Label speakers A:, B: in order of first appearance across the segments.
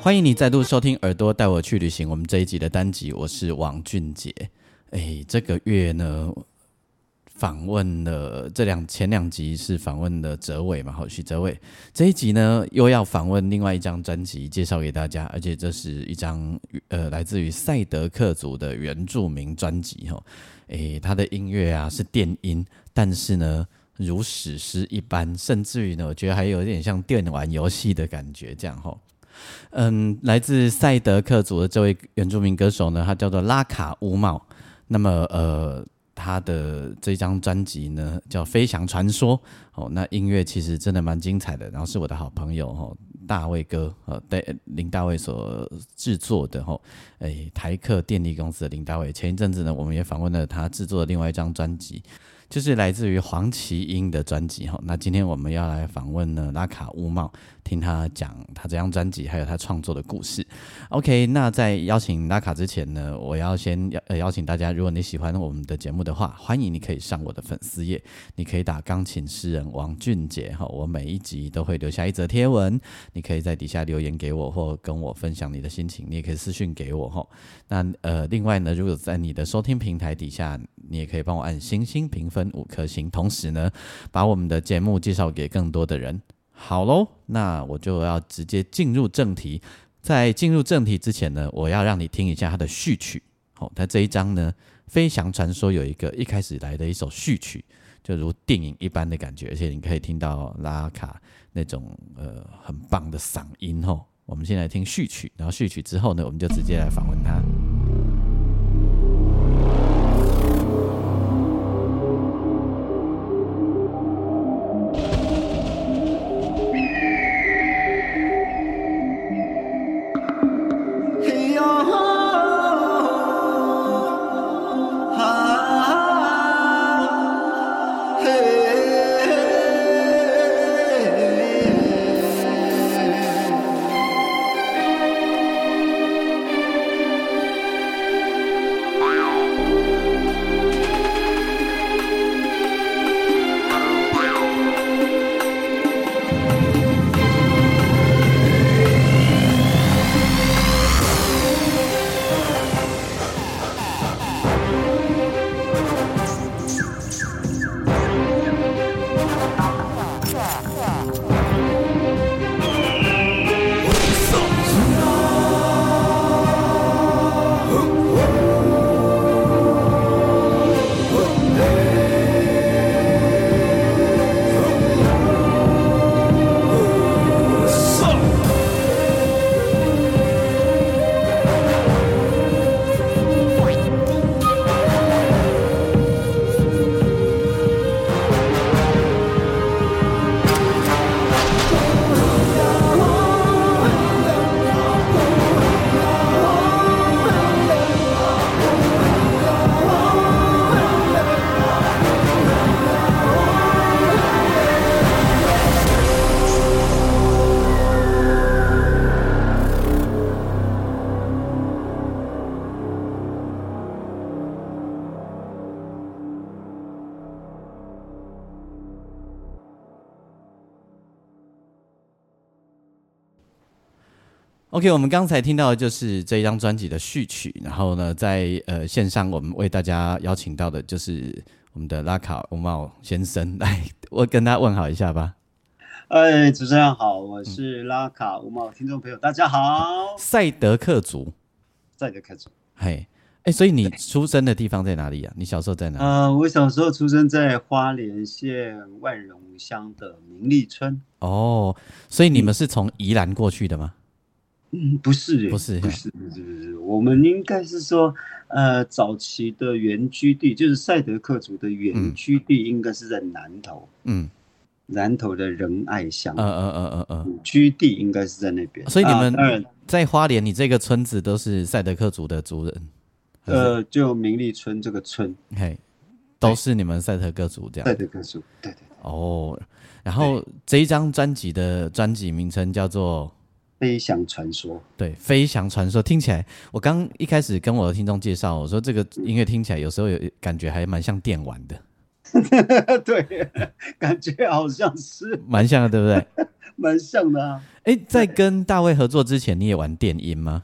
A: 欢迎你再度收听《耳朵带我去旅行》，我们这一集的单集，我是王俊杰。哎，这个月呢，访问了这两前两集是访问了哲伟嘛，好，许哲伟。这一集呢，又要访问另外一张专辑，介绍给大家，而且这是一张呃来自于赛德克族的原住民专辑哈。诶，他的音乐啊是电音，但是呢。如史诗一般，甚至于呢，我觉得还有点像电玩游戏的感觉，这样吼。嗯，来自赛德克族的这位原住民歌手呢，他叫做拉卡乌茂。那么，呃，他的这张专辑呢叫《飞翔传说》哦。那音乐其实真的蛮精彩的，然后是我的好朋友哦，大卫哥呃，对林大卫所制作的哦，诶，台客电力公司的林大卫。前一阵子呢，我们也访问了他制作的另外一张专辑。就是来自于黄奇英的专辑哈。那今天我们要来访问呢拉卡乌茂，听他讲他这张专辑还有他创作的故事。OK，那在邀请拉卡之前呢，我要先邀、呃、邀请大家，如果你喜欢我们的节目的话，欢迎你可以上我的粉丝页，你可以打钢琴诗人王俊杰哈，我每一集都会留下一则贴文，你可以在底下留言给我或跟我分享你的心情，你也可以私讯给我哈。那呃，另外呢，如果在你的收听平台底下，你也可以帮我按星星评分五颗星，同时呢，把我们的节目介绍给更多的人。好喽，那我就要直接进入正题。在进入正题之前呢，我要让你听一下它的序曲。好、哦，它这一章呢，《飞翔传说》有一个一开始来的一首序曲，就如电影一般的感觉，而且你可以听到拉卡那种呃很棒的嗓音吼、哦。我们先来听序曲，然后序曲之后呢，我们就直接来访问他。OK，我们刚才听到的就是这一张专辑的序曲，然后呢，在呃线上我们为大家邀请到的就是我们的拉卡欧茂先生，来，我跟他问好一下吧。
B: 哎，主持人好，我是拉卡欧茂，听众朋友大家好。
A: 赛德克族，
B: 赛德克族，
A: 嘿，哎，所以你出生的地方在哪里呀、啊？你小时候在哪？
B: 呃，我小时候出生在花莲县万荣乡的明利村。
A: 哦，所以你们是从宜兰过去的吗？
B: 嗯，不是，
A: 不是，
B: 不是，不是，不是，我们应该是说，呃，早期的原居地就是赛德克族的原居地，应该是在南投。
A: 嗯，
B: 南投的仁爱乡，
A: 嗯嗯嗯嗯
B: 居地应该是在那边。
A: 嗯，所以你
B: 啊当
A: 们
B: 然，
A: 在花莲，你这个村子都是赛德克族的族人，还嗯是，
B: 呃，就明利村这个村，
A: 嘿，都是你们赛德克族这样
B: 在这棵树，对对，对
A: 哦。然后这一张专辑的专辑名称叫做
B: 飞翔传说，
A: 对，飞翔传说听起来，我刚一开始跟我的听众介绍，我说这个音乐听起来有时候有感觉还蛮像电玩的，
B: 对， 感觉好像是
A: 蛮像的，对不 对？
B: 蛮像的啊。
A: 哎，在跟大卫合作之前，你也玩电音吗？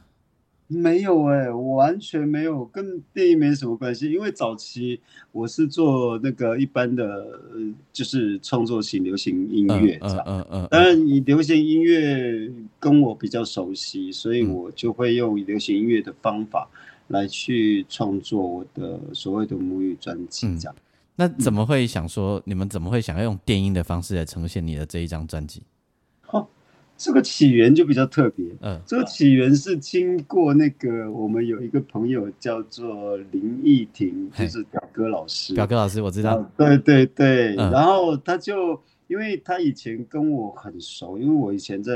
B: 没有哎、我完全没有，跟电影没什么关系。因为早期我是做那个一般的，呃就是创作型流行音乐呃这
A: 嗯
B: 样。
A: 嗯嗯
B: 当
A: 嗯，
B: 然，你流行音乐跟我比较熟悉，所以
A: 嗯
B: 我就会用流行音乐的方法来去创作我的所谓的母语专
A: 嗯
B: 辑这样。
A: 那怎么会想说你们怎么会想要用电音的方式来呈现你的这一张专辑？
B: 这个起源就比较特别，
A: 嗯
B: 这个起源是经过那个我们有一个朋友叫做林义婷，
A: 嘿
B: 就是表哥老师，
A: 表哥老师，我知道
B: 啊，对对对，
A: 嗯
B: 然后他就因为他以前跟我很熟，因为我以前在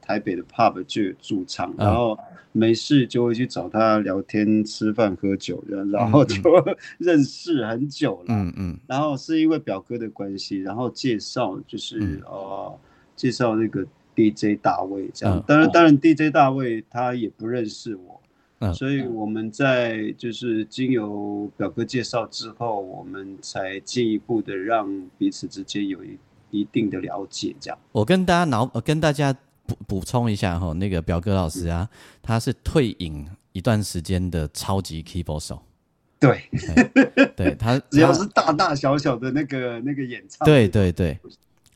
B: 台北的 pub 就有驻唱，
A: 嗯
B: 然后没事就会去找他聊天、吃饭、喝酒，然然后就 认识很久了。
A: 嗯嗯
B: 然后是因为表哥的关系，然后介绍就是、
A: 嗯
B: 呃，介绍那个 DJ 大卫这样。
A: 嗯
B: 当然，当然 DJ 大卫他也不认识我，
A: 嗯
B: 所以我们在就是经由表哥介绍之后，我们才进一步的让彼此之间有一一定的了解这样。
A: 我跟大家脑、呃跟大家补补充一下哈、那个表哥老师啊，他是退隐一段时间的超级 keyboard 手，
B: 对，
A: 对 他
B: 只要
A: 他
B: 是大大小小的那个那个演唱，
A: 对对对，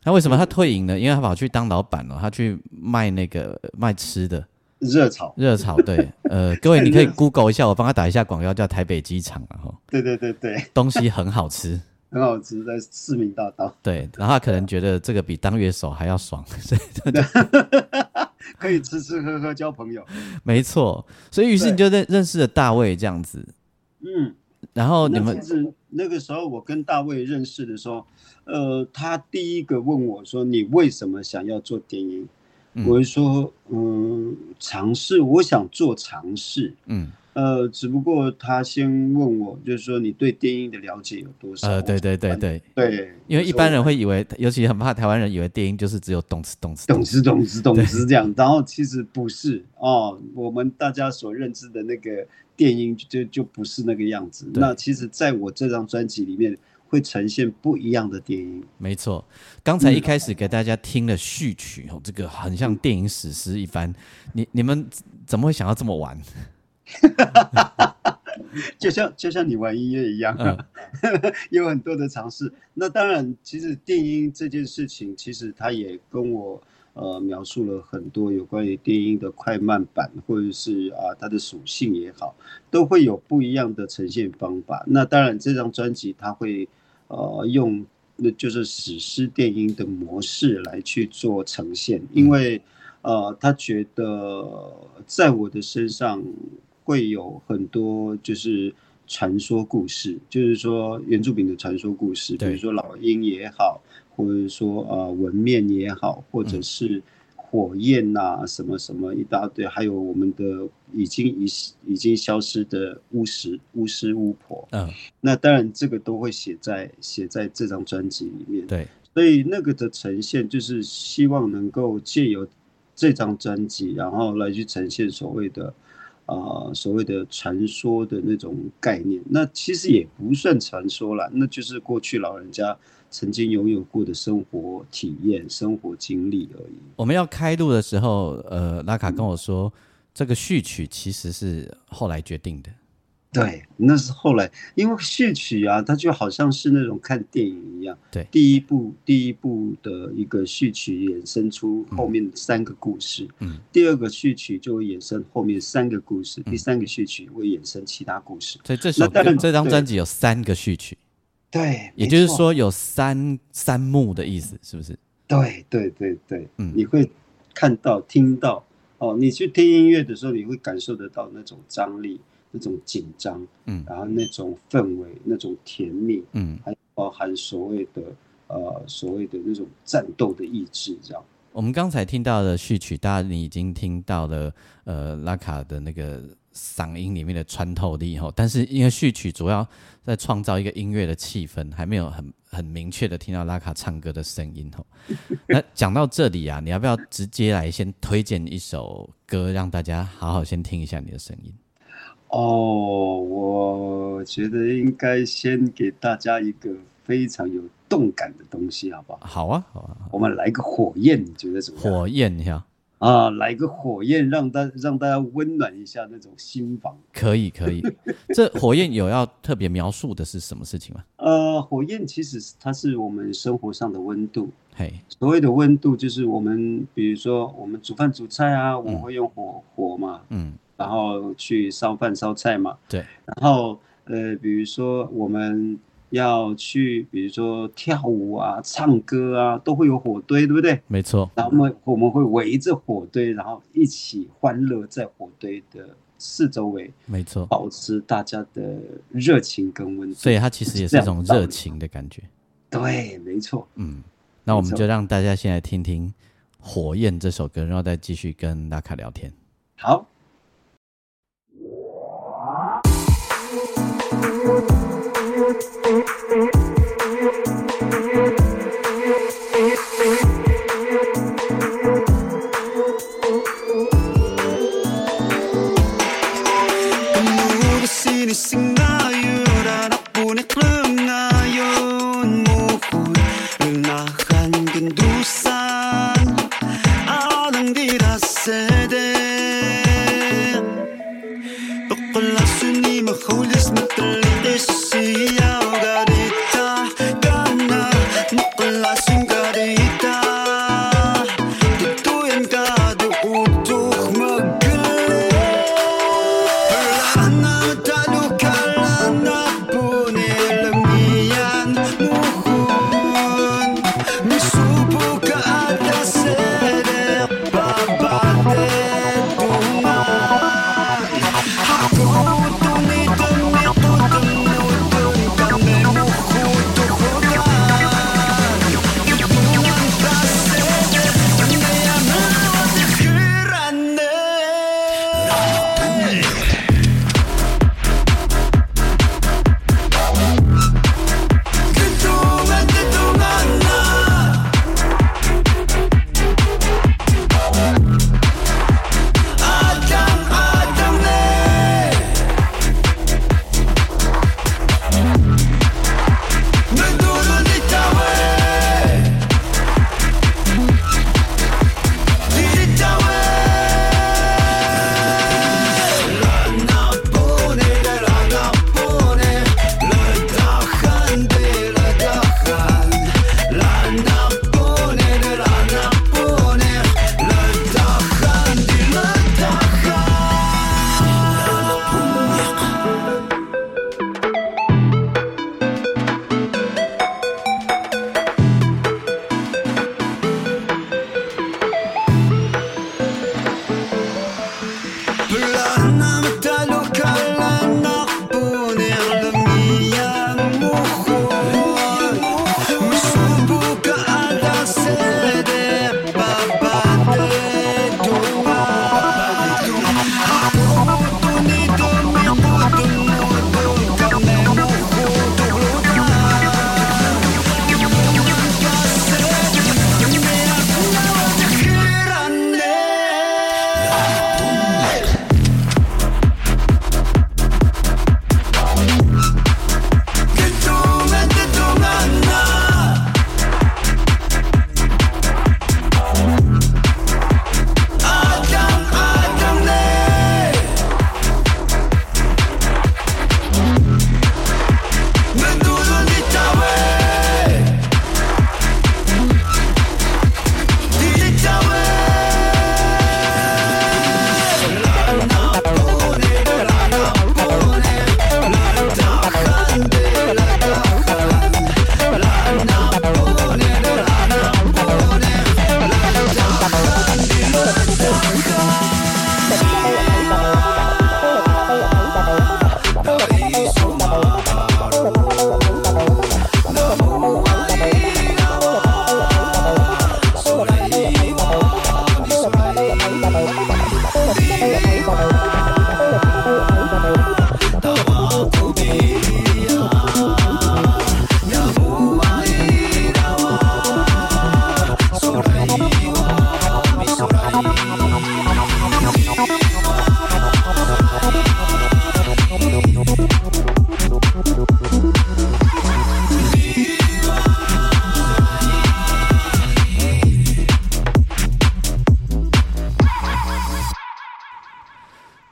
A: 他为什么他退隐呢？因为他跑去当老板了，他去卖那个卖吃的
B: 热炒，
A: 热炒。 对，呃，各位你
B: 哎
A: 可以 Google 一下，我帮他打一下广告，叫台北机场，然后
B: 对对对对，
A: 东西很好吃。
B: 很好吃，在市民大道
A: 对，然后他可能觉得这个比当乐手还要爽，所以
B: 可以吃吃喝喝交朋友。
A: 没错，所以于是你就认认识了大卫这样子，
B: 嗯。
A: 然后哦你
B: 那
A: 们
B: 其实那个时候我跟大卫认识的时候，呃，他第一个问我说：“你为什么想要做电影？”
A: 嗯
B: 我就说：“嗯，尝试，我想做尝试。
A: 嗯
B: 呃，只不过他先问我，就是说你对电影的了解有多少？
A: 呃，对对对
B: 我就
A: 对，
B: 对，
A: 因为一般人
B: 会
A: 会以为，尤其很怕台湾人以为电音就是只有动次动次
B: 懂
A: 动次，
B: 之懂之懂之这样，然后其实不是哦，我们大家所认知的那个电音就就就不是那个样子。
A: 对
B: 那其实在我这张专辑里面会呈现不一样的电音。
A: 没错，刚才
B: 嗯
A: 一开始给大家听了序曲哦，这个很像电影史诗一番。你你们怎么会想要这么玩？
B: 就像就像你玩音乐一样，
A: 嗯
B: 有很多的尝试。那当然，其实电音这件事情，其实他也跟我呃描述了很多有关于电音的快慢版，或者是啊它的属性也好，都会有不一样的呈现方法。那当然，这张专辑它会呃用那就是史诗电音的模式来去做呈现，因为呃，他觉得在我的身上会有很多就是传说故事，就是说原住民的传说故事，比
A: 对
B: 如说老鹰也好，或者说呃文面也好，或者是火焰呐、什么什么一大堆，还有我们的已经已已经消失的巫师、巫师、巫婆，
A: 嗯，
B: 那当然这个都会写在写在这张专辑里 面。
A: 对，
B: 所以那个的呈现就是希望能够借由这张专辑，然后来去呈现所谓的呃所谓的传说的那种概念。那其实也不算传说啦，那就是过去老人家曾经拥有过的生活体验、生活经历而已。
A: 我们要开录的时候，呃，拉卡跟我说，这个序曲其实是后来决定的。
B: 对，那是后来，因为戏曲啊，它就好像是那种看电影一样。
A: 对
B: 第一部第一部的一个戏曲衍生出后面三个故事，
A: 嗯，
B: 第二个戏曲就会衍生后面三个故事，第三个戏曲会衍生其他故事。
A: 所以这首
B: 那当然
A: 这张
B: 对
A: 专辑有三个序曲，
B: 对，
A: 也
B: 没
A: 就是
B: 错，
A: 说有三三幕的意思，是不是？
B: 对对对对，
A: 嗯
B: 你会看到、听到哦，你去听音乐的时候，你会感受得到那种张力、那种紧张，
A: 嗯
B: 然后那种氛围、那种甜蜜，
A: 嗯
B: 还包含所谓的呃所谓的那种战斗的意志，这样。
A: 我们刚才听到的序曲，大家你已经听到了，呃，拉卡的那个嗓音里面的穿透力吼，但是因为序曲主要在创造一个音乐的气氛，还没有很很明确的听到拉卡唱歌的声音吼。 那讲到这里啊，你要不要直接来先推荐一首歌，让大家好好先听一下你的声音？
B: 哦，我觉得应该先给大家一个非常有动感的东西，好不好？
A: 好啊，好啊，好啊
B: 我们来个火焰，你觉得怎么样？
A: 火焰一下，
B: 啊，来个火焰，让大让大家温暖一下那种心房。
A: 可以可以。这火焰有要特别描述的是什么事情吗？
B: 呃，火焰其实是它是我们生活上的温度。
A: 嘿，
B: 所谓的温度，就是我们比如说我们煮饭煮菜啊，我们会用火火嘛，
A: 嗯，
B: 然后去烧饭烧菜嘛，
A: 对，
B: 然后呃，比如说我们要去，比如说跳舞啊、唱歌啊，都会有火堆，对不对？
A: 没错，
B: 然后我们我们会围着火堆，然后一起欢乐在火堆的四周围，
A: 没错。
B: 保持大家的热情跟温度。
A: 所以它其实也是一种热情的感觉。
B: 对，没错。
A: 嗯，那我们
B: 没错
A: 就让大家先来听听《火焰》这首歌，然后再继续跟拉卡聊天。
B: 好，
C: Nunggu sini singayu dan apunik lengayun mukul Renahan gendusan Alang dirasede Pekala suni mahulis metelit isiyau gadita Gana mukala sunggadita Itu yang kadu untuk menggelar Perlahan talukan anak punelengian muhun Misubuh ke atas sedek babatet bunga Aku tuni demi kutu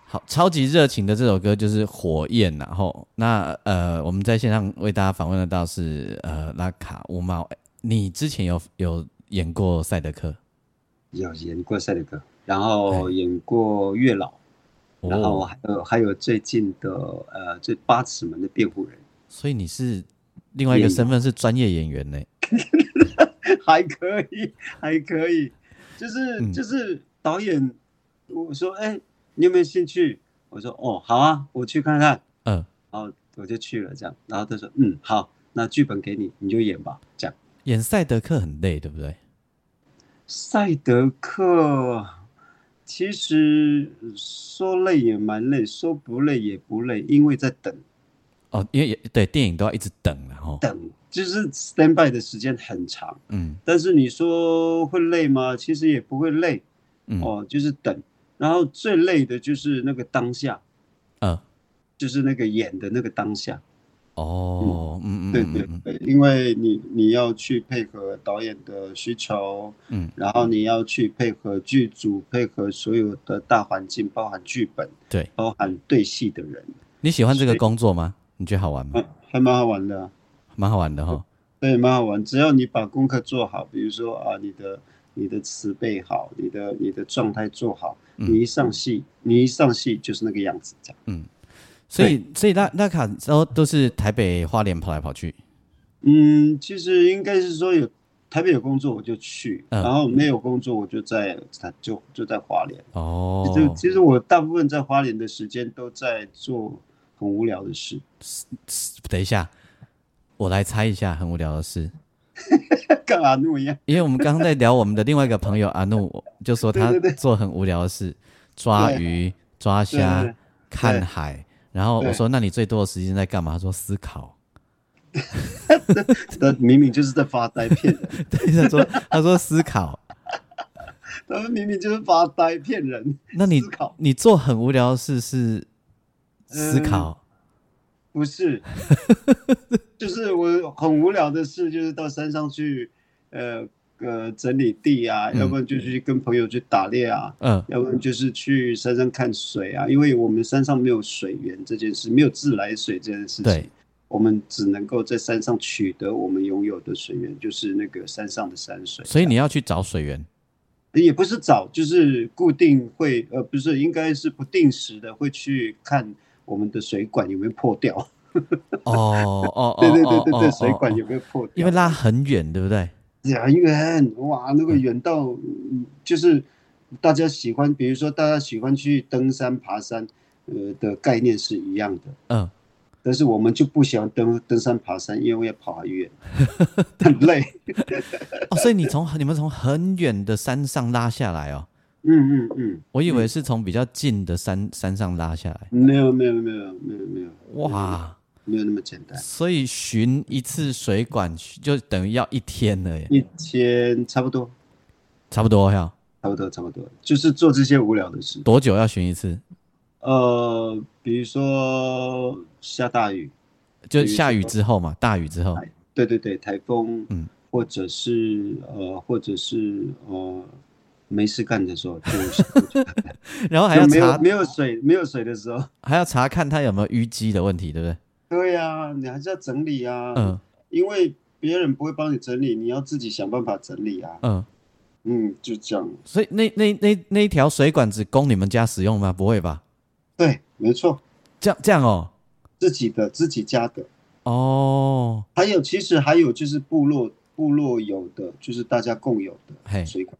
A: 好，超级热情的这首歌就是《火焰》，然后那呃，我们在线上为大家访问得到是呃拉卡乌猫，诶你之前有有演过赛德克，
B: 有演过赛德克，然后演过月老，
A: 哦
B: 然后还有还有最近的呃，这八尺门的辩护人，
A: 所以你是另外一个
B: 演员
A: 身份是专业演员呢。
B: 还可以，还可以，就是、
A: 嗯
B: 就是导演，我说哎、你有没有兴趣？我说哦，好啊，我去看看，
A: 嗯，
B: 然后我就去了这样，然后他说嗯好，那剧本给你，你就演吧，这样。
A: 演赛德克很累，对不对？
B: 赛德克其实说累也蛮累，说不累也不累，因为在等
A: 哦，因为也对电影都要一直等，啊然后
B: 等，就是 stand by 的时间很长。
A: 嗯
B: 但是你说会累吗？其实也不会累
A: 嗯
B: 哦，就是等。然后最累的就是那个当下，
A: 呃
B: 就是那个演的那个当下。
A: 哦嗯嗯
B: 对
A: 嗯
B: 对
A: 嗯
B: 对，因为你你要去配合导演的需求，
A: 嗯，
B: 然后你要去配合剧组，配合所有的大环境，包含剧本，
A: 对，
B: 包含对戏的人，
A: 你喜欢这个
B: 所以
A: 工作吗？你觉得好玩吗
B: 还？还蛮好玩的啊、
A: 蛮好玩的哈。
B: 对，蛮好玩。只要你把功课做好，比如说啊，你的你的词背好，你的你的状态做好，
A: 嗯
B: 你一上戏，你一上戏就是那个样子，这样。
A: 所以所以那那卡都都是台北花莲跑来跑去，
B: 嗯，其实应该是说有台北有工作我就去，
A: 嗯
B: 然后没有工作我就在就就在花莲。
A: 哦
B: 其实其实我大部分在花莲的时间都在做很无聊的事，
A: 等一下，我来猜一下很无聊的事，
B: 干嘛那么样？
A: 因为我们刚刚在聊我们的另外一个朋友阿怒，我就说他
B: 对对对
A: 做很无聊的事，抓
B: 对
A: 鱼、抓
B: 对对
A: 虾
B: 对、
A: 看
B: 对
A: 海。然后我
B: 对
A: 说：“那你最多的时间在干嘛？”他说：“思考。
B: 那明明就是在发呆骗人，”
A: 对，他说：“他说思考。
B: 他们明明就是发呆骗人。”
A: 那你
B: 思考
A: 你做很无聊的事是思
B: 嗯
A: 考
B: 不是，就是我很无聊的事，就是到山上去，呃呃整理地啊，
A: 嗯
B: 要不然就去跟朋友去打猎啊，
A: 嗯
B: 要不然就是去山上看水啊，因为我们山上没有水源这件事，没有自来水这件事
A: 对
B: 情，我们只能够在山上取得我们拥有的水源，就是那个山上的山水。
A: 所以你要去找水 源。
B: 也不是早，就是固定会，呃，不是，应该是不定时的会去看我们的水管有没有破掉。
A: 哦哦哦，
B: 对对对
A: 哦
B: 对
A: 哦
B: 对，
A: 哦
B: 水管
A: 哦
B: 有没有破掉？
A: 因为拉很远，对不对？
B: 很远，哇，那个远到，嗯就是大家喜欢，比如说大家喜欢去登山、爬山，呃的概念是一样的，
A: 嗯，
B: 但是我们就不喜欢登登山、爬山，因为要跑很远， 很累。
A: 哦，所以你从你们从很远的山上拉下来哦，
B: 嗯嗯嗯，
A: 我以为是从比较近的山山上拉下来。
B: 没有没有没有没有没有
A: 哇，
B: 没有那么简单，
A: 所以寻一次水管就等于要一天了耶，
B: 一天差不多
A: 差不多要
B: 差不多差不多，就是做这些无聊的事。
A: 多久要寻一次？
B: 呃，比如说下大雨，
A: 就下雨之后嘛，大雨之后。
B: 对对对，台风，
A: 嗯
B: 或者是呃，或者是呃，没事干的时候，就
A: 然后 还要
B: 就没有
A: 查
B: 没有水没有水的时候，
A: 还要查看它有没有淤积的问题，对不对？
B: 对呀、你还是要整理啊，
A: 嗯
B: 因为别人不会帮你整理，你要自己想办法整理啊，
A: 嗯，
B: 嗯，就这样，
A: 所以那那那那一条水管只供你们家使用吗？不会吧？
B: 对，没错，
A: 这样这样哦
B: 自己的自己家的，
A: 哦，
B: 还有其实还有就是部落部落有的，就是大家共有
A: 嘿
B: 的水管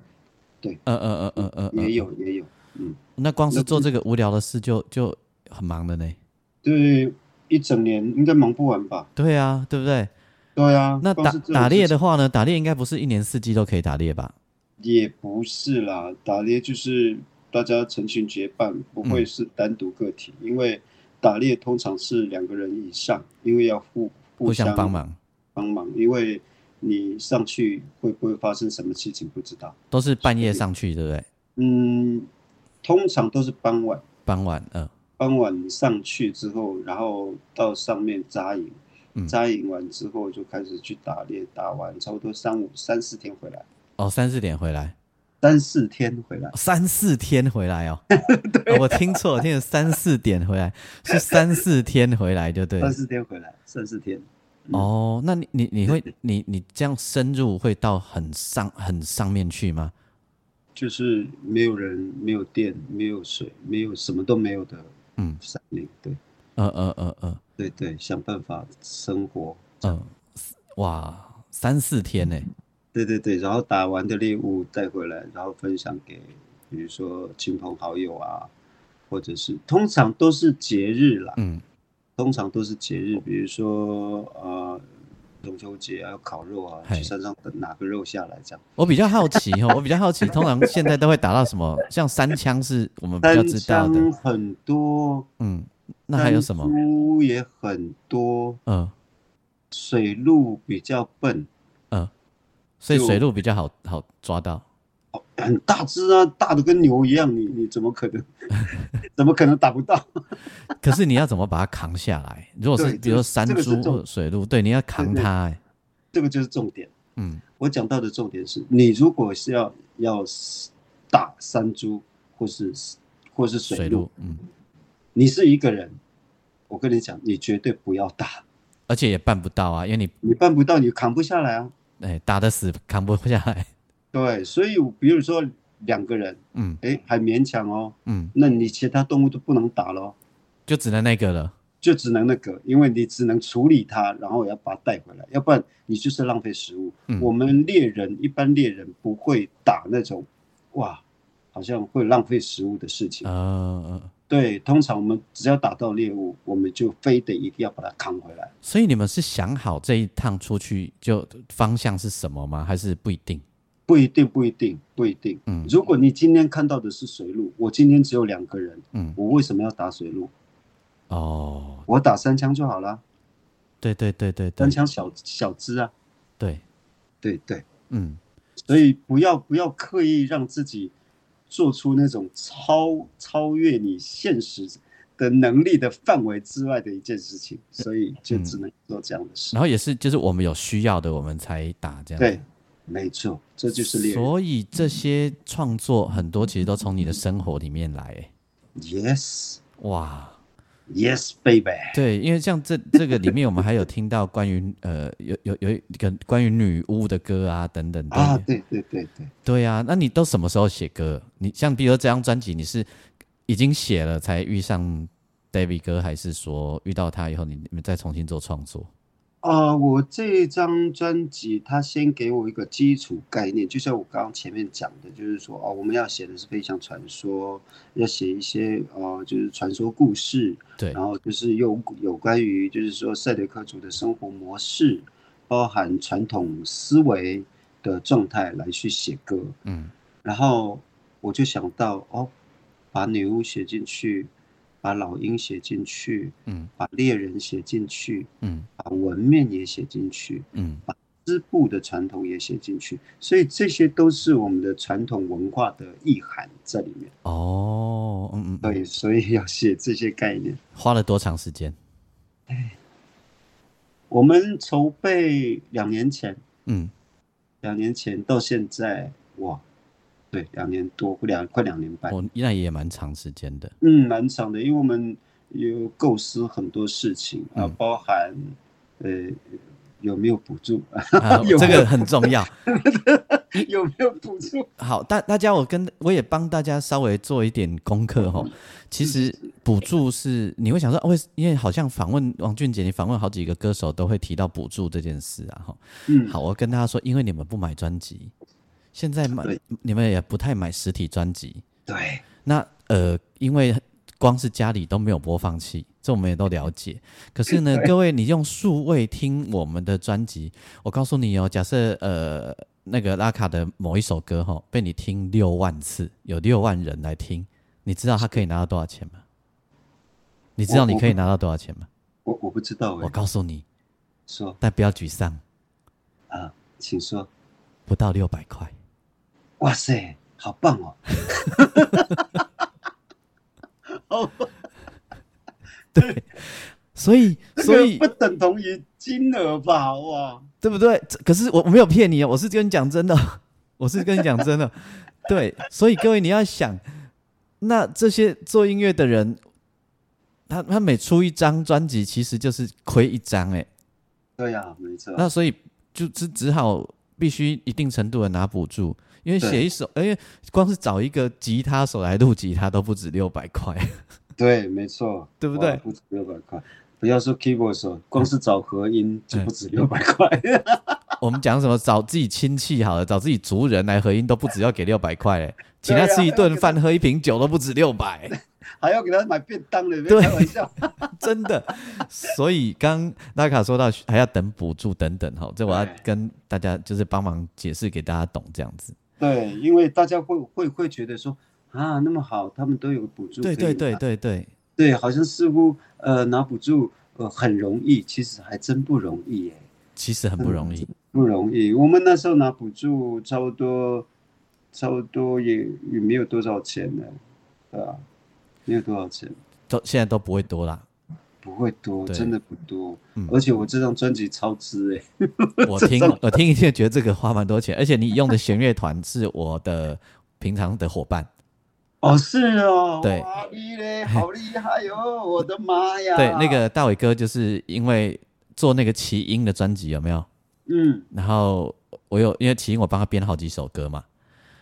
A: 嗯嗯嗯嗯嗯，
B: 也有也有，嗯，
A: 那光是做这个无聊的事就就很忙的呢。
B: 对，一整年应该忙不完吧？
A: 对啊，对不对？
B: 对啊，
A: 那
B: 光
A: 打
B: 是这种
A: 打
B: 事
A: 猎
B: 情
A: 的话呢？打猎应该不是一年四季都可以打猎吧？
B: 也不是啦，打猎就是大家成群结伴，不会是单独个体，
A: 嗯
B: 因为打猎通常是两个人以上，因为要互
A: 互相帮忙，
B: 帮忙，因为你上去会不会发生什么事情不知道。
A: 都是半夜上去，对不对？
B: 嗯，通常都是傍晚，
A: 傍晚，嗯
B: 傍晚上去之后，然后到上面扎营
A: 嗯，
B: 扎营完之后就开始去打猎，打完差不多三五三四天回来，
A: 哦，三四点回来，
B: 三四天回来，
A: 三四天回来 哦，哦
B: 啊
A: 我听错，我听成三四点回来，是三四天回来就对了
B: 三。四天回来，三四天。
A: 哦，那你你你会你你这样深入会到很上很上面去吗？
B: 就是没有人、没有电、没有水、没有什么都没有的
A: 嗯
B: 山林，对
A: 呃呃呃呃
B: 对对，想办法生活，
A: 呃，哇，三四天呢、
B: 对对对，然后打完的猎物带回来，然后分享给比如说亲朋好友啊，或者是通常都是节日啦，
A: 嗯
B: 通常都是节日，比如说呃中秋节啊，要烤肉啊，
A: 嘿
B: 去山上等哪个肉下来这样。
A: 我比较好奇 哦，我比较好奇，通常现在都会打到什么？像三枪是我们比较
B: 单
A: 知道的
B: 枪，很多，
A: 嗯，那还有什么？
B: 猪也很多，
A: 呃
B: 水路比较笨，
A: 呃，所以
B: 就
A: 水路比较好好抓到。
B: 很大只啊，大的跟牛一样，你你怎么可能， 怎么可能打不到？
A: 可是你要怎么把它扛下来？如果是
B: 对
A: 比如说
B: 这
A: 山
B: 这个是
A: 猪
B: 重
A: 或者水路，对，你要扛
B: 对对
A: 它、欸。
B: 这个就是重点。
A: 嗯
B: 我讲到的重点是，你如果是要要打山猪或是或是水
A: 水
B: 鹿，
A: 路，嗯，
B: 你是一个人，我跟你讲，你绝对不要打，
A: 而且也办不到啊，因为你
B: 你办不到，你扛不下来啊。
A: 哎、打得死，扛不下来。
B: 对，所以我比如说两个人，
A: 嗯
B: 哎，还勉强哦，
A: 嗯，
B: 那你其他动物都不能打咯，
A: 就只能那个了。
B: 就只能那个，因为你只能处理它，然后也要把它带回来，要不然你就是浪费食物。
A: 嗯
B: 我们猎人一般猎人不会打那种，哇，好像会浪费食物的事情。
A: 呃，
B: 对，通常我们只要打到猎物，我们就非得一定要把它扛回来。
A: 所以你们是想好这一趟出去就方向是什么吗？还是不一定？
B: 不一定，不一定，不一定。
A: 嗯
B: 如果你今天看到的是水鹿，我今天只有两个人，
A: 嗯，
B: 我为什么要打水鹿？
A: 哦，
B: 我打三枪就好了，
A: 对对对对对
B: 三，枪小小只啊。
A: 对，
B: 对对，
A: 嗯，
B: 所以不要不要刻意让自己做出那种超超越你现实的能力的范围之外的一件事情，所以就只能做这样的事。
A: 嗯然后也是就是我们有需要的我们才打这样。
B: 对，，没错，这就是猎人。
A: 所以这些创作很多其实都从你的生活里面来、欸
B: Yes。
A: 哇，
B: Yes, baby。
A: 对，因为像这这个里面，我们还有听到关于呃有有有一个关于女巫的歌啊等等的
B: 啊，对对对对，
A: 对啊，那你都什么时候写歌？你像比如这张专辑，你是已经写了才遇上 David 哥，还是说遇到他以后你你们再重新做创作？
B: 啊、我这张专辑，它先给我一个基础概念，就像我刚刚前面讲的，就是说，哦，我们要写的是飞翔传说，要写一些呃，就是传说故事，
A: 对
B: 然，后就是有有关于就是说赛德克族的生活模式，包含传统思维的状态来去写歌，
A: 嗯
B: 然后我就想到，哦，把女巫写进去，把老鹰写进去，
A: 嗯
B: 把猎人写进去，
A: 嗯
B: 把文面也写进去，
A: 嗯
B: 织布的传统也写进去，所以这些都是我们的传统文化的意涵在里面。
A: 哦嗯嗯嗯，
B: 对，所以要写这些概念。
A: 花了多长时间？
B: 我们筹备两年前，
A: 嗯，
B: 两年前到现在，哇，对，两年多，两快两年半，
A: 哦，那也蛮长时间 的。
B: 嗯，蛮长的，因为我们有构思很多事情啊，
A: 嗯
B: 包含呃有没有补助，
A: 啊
B: 有
A: 这个很重要。
B: 有没有补助？
A: 好，大大家，我跟我也帮大家稍微做一点功课
B: 嗯
A: 哈。其实补助是你会想说，哦为、因为好像访问王俊杰，你访问好几个歌手都会提到补助这件事啊哈。
B: 嗯，
A: 好，我跟大家说，因为你们不买专辑，现在买
B: 对
A: 你们也不太买实体专辑。
B: 对，
A: 那呃，因为光是家里都没有播放器，这我们也都了解。可是呢，各位，你用数位听我们的专辑，我告诉你哦，假设呃那个拉卡的某一首歌哈、被你听六万次，有六万人来听，你知道他可以拿到多少钱吗？你知道你可以拿到多少钱吗？
B: 我我不知道哎、
A: 我告诉你，
B: 说
A: 但不要沮丧，
B: 啊，请说。
A: 不到六百块。
B: 哇塞，好棒哦！好棒，
A: 所以， 所以
B: 这个不等同于金额吧？哇，
A: 对不对？这可是我我没有骗你，哦，我是跟你讲真的 哦，我是跟你讲真的。对，所以各位你要想，那这些做音乐的人，他他每出一张专辑，其实就是亏一张哎、
B: 对呀、没错。
A: 那所以就只只好必须一定程度的拿补助，因为
B: 对
A: 写一首，因为光是找一个吉他手来录吉他都不止六百块，
B: 对，没错，
A: 对不对
B: 哇不止六百块，不要说 keyboard 手，光是找合音就不止六百块。
A: 我们讲什么找自己亲戚好了，找自己族人来合音都不止要给六百块嘞，请他
B: 对啊
A: 吃一顿饭、喝一瓶酒都不止六百，
B: 还要给他买便当的，别
A: 对
B: 开玩笑。
A: 真的。所以刚拉卡说到还要等补助等等哈，这我要
B: 对
A: 跟大家就是帮忙解释给大家懂这样子。
B: 对，因为大家会会会觉得说啊，那么好，他们都有补助可以
A: 对对
B: 拿，
A: 对对对，
B: 对，好像似乎呃拿补助呃很容易，其实还真不容易欸耶，
A: 其实很不容易。
B: 不容易。我们那时候拿补助差不多，差不多也也没有多少钱呢，对啊，没有多少钱，
A: 都现在都不会多 啦，
B: 不会多，
A: 对
B: 真的不多。
A: 嗯
B: 而且我这张专辑超支哎，
A: 我听我听一下，觉得这个花蛮多钱，而且你用的弦乐团是我的平常的伙伴，
B: 哦是哦，
A: 对
B: 哇你嘞，好厉害哦，我的妈呀！
A: 对，那个大伟哥就是因为做那个奇音的专辑有没有？
B: 嗯，
A: 然后我有因为奇音我帮他编了好几首歌嘛，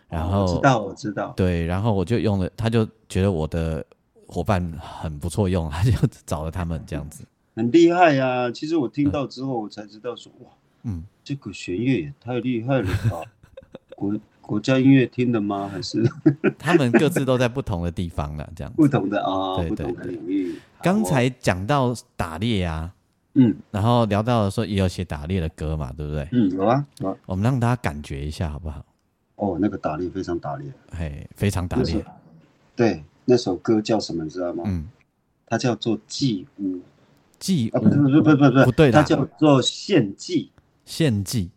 A: 然后、
B: 哦我知道我知道，
A: 对，然后我就用了，他就觉得我的伙伴很不错用，他 就找了他们这样子，
B: 很厉害呀、其实我听到之后，我才知道说，哇，
A: 嗯，
B: 这个弦乐也太厉害了吧！国 国家音乐厅的吗？还是
A: 他们各自都在不同的地方了这样
B: 不
A: 子。
B: 同的啊？
A: 对
B: 不同的
A: 对
B: 领域。好
A: 刚
B: 哦
A: 才讲到打猎啊，
B: 嗯
A: 然后聊到说也有写打猎的歌嘛，对不对？
B: 嗯有啊有啊
A: 我们让大家感觉一下好不好？
B: 哦，那个打猎非常打猎，
A: 嘿，非常打
B: 那首
A: 猎，
B: 对那首歌叫什么？你知道吗？
A: 嗯，
B: 它叫做祭舞
A: 祭
B: 啊，不是不
A: 舞、
B: 是不是不是
A: 嗯不对啦
B: 它叫做献祭。
A: 献祭，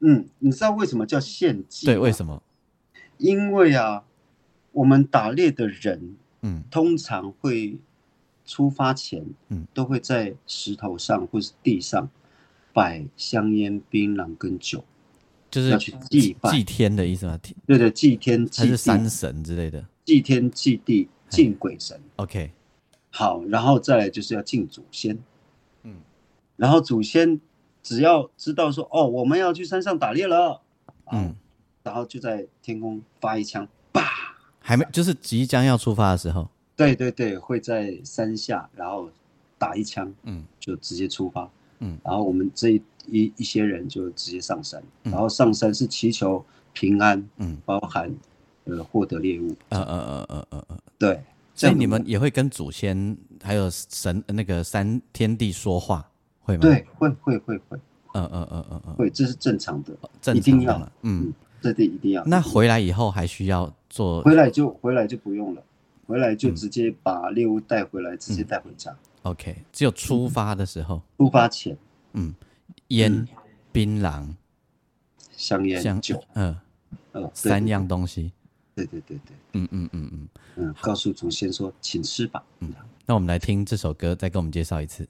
B: 嗯，你知道为什么叫献祭？
A: 对，为
B: 么？
A: 什么？
B: 因为啊，我们打猎的人
A: 嗯
B: 通常会出发前，
A: 嗯
B: 都会在石头上或是地上摆香烟、槟榔跟酒，
A: 就是
B: 要去祭拜
A: 祭天的意思吗？天
B: 对的，祭天、
A: 还
B: 祭
A: 是
B: 地
A: 山、神之类的
B: 祭天、祭地、
A: 哎
B: 敬鬼神。
A: ？OK，
B: 好，然后再来就是要敬祖先，
A: 嗯，
B: 然后祖先只要知道说，哦，我们要去山上打猎了，啊
A: 嗯，
B: 然后就在天空发一枪，啪！
A: 还没，就是即将要出发的时候，
B: 对对对，会在山下，然后打一枪，
A: 嗯
B: 就直接出发。
A: 嗯
B: 然后我们这一一一些人就直接上山，
A: 嗯
B: 然后上山是祈求平安，
A: 嗯，
B: 包含呃获得猎物。
A: 呃呃呃呃呃呃，
B: 对，
A: 所
B: 这
A: 以
B: 样
A: 你们也会跟祖先还有神呃那个三天地说话，会吗？
B: 对，会会会会
A: 呃，呃呃呃呃，
B: 会，这是正常的，
A: 正
B: 一定
A: 常的
B: 要
A: 嘛，嗯
B: 嗯。，这点一定要。
A: 那回来以后还需要做
B: 回来就回来就不用了，回来
A: 嗯
B: 就直接把猎物带回来，直接带回家。
A: OK，只有出发的时候，
B: 出发前
A: 嗯，烟、槟榔、
B: 香
A: 像
B: 烟酒，
A: 嗯，
B: 呃，对
A: 三。样东西。
B: 对对对对，
A: 嗯嗯嗯嗯。
B: 对嗯，告诉祖先说，请吃吧。嗯。
A: 那我们来听这首歌，再给我们介绍一次。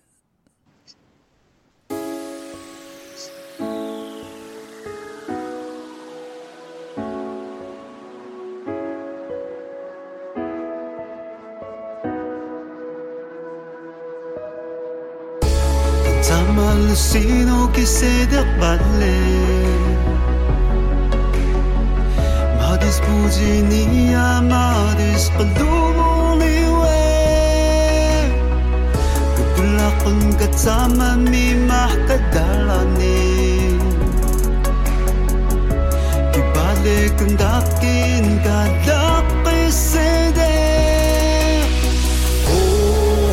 C: تعمل سينو كصدق بالليل ما عادش بوجيني ما عادش قلوبوني وين قبل أقن كتعممي ما حتى دلاني كي بالك ندقين كدقي الصدق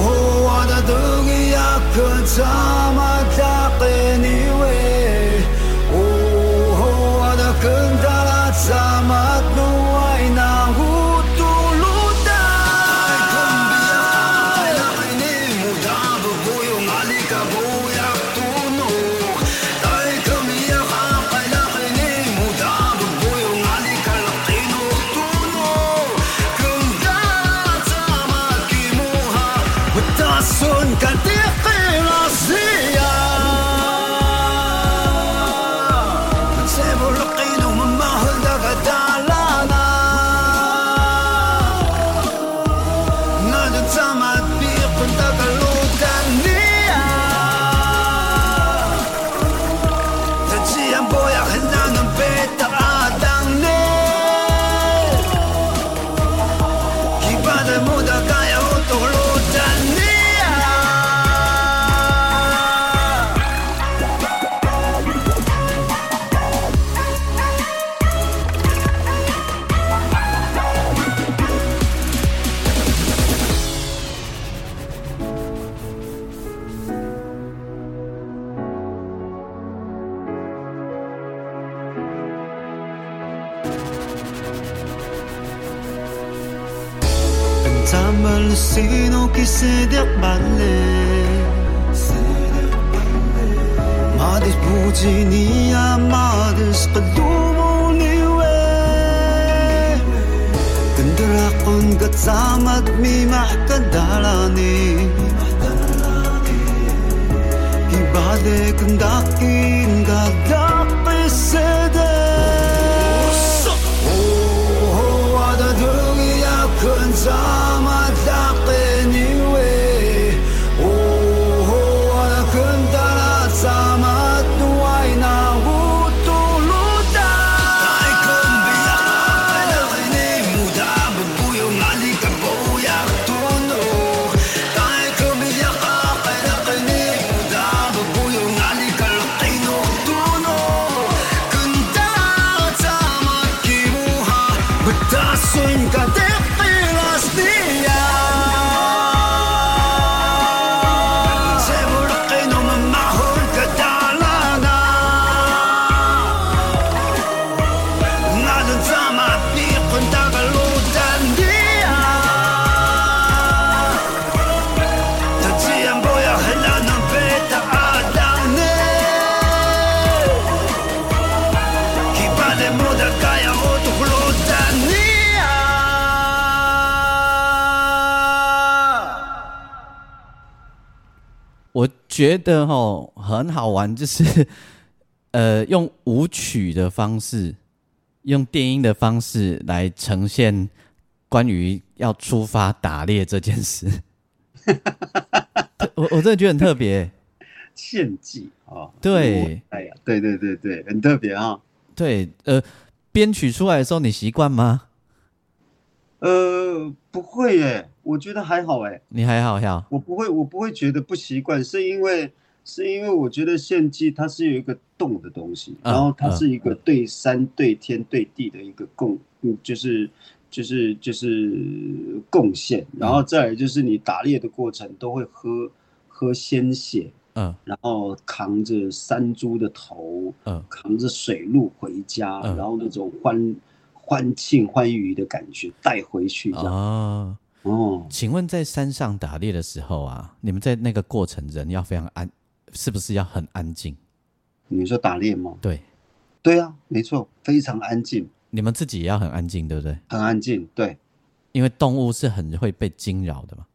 C: هو انا دنيا كنت ما تلاقيني وين هو انا كنت 손 간디에 러시아 제물로 끼놈은 마흔다가 달라나 너는 자마 비군다가 루단이야 다시 안 보여 나는 베타 아당네 기반을 못 아가야 호통으로 잔디야 잠을 신호기 세력 발레 마디스 부지니야 마디스 kadumuliwe Kandarakon katsamat mimah kadalani Ibade kandakin kadapesede Sun ka te pilas dia Sebulakin o mamahol ka talaga Nga dun sa mapikon tagalutan dia Tadsiyang boya hila ng beta adane Kibade mo da kaya o tuklutan niya
A: 我觉得哈很好玩，就是 呃用舞曲的方式，用电音的方式来呈现关于要出发打猎这件事。 我我真的觉得很特别，
B: 献祭啊，
A: 对
B: 哎呀，对对对对，很特别啊哈、
A: 对，呃，编曲出来的时候你习惯吗？
B: 呃，不会耶，我觉得还好哎，
A: 你还好呀？
B: 我不会，我不会觉得不习惯，是因为是因为我觉得献祭它是有一个动的东西，
A: 嗯
B: 然后它是一个对山、对天、对地的一个贡，嗯，就是就是就是贡献，然
A: 嗯
B: 后再来就是你打猎的过程都会喝喝鲜血，
A: 嗯
B: 然后扛着山猪的头，
A: 嗯
B: 扛着水鹿回家，
A: 嗯
B: 然后那种欢欢庆欢愉的感觉带回去这样，
A: 哦，
B: 哦。
A: 请问在山上打猎的时候啊，你们在那个过程人要非常安，是不是要很安静？
B: 你说打猎吗？
A: 对，
B: 对啊，没错，非常安静，
A: 你们自己也要很安静，对不对？
B: 很安静。对
A: 因为动物是很会被惊扰的嘛。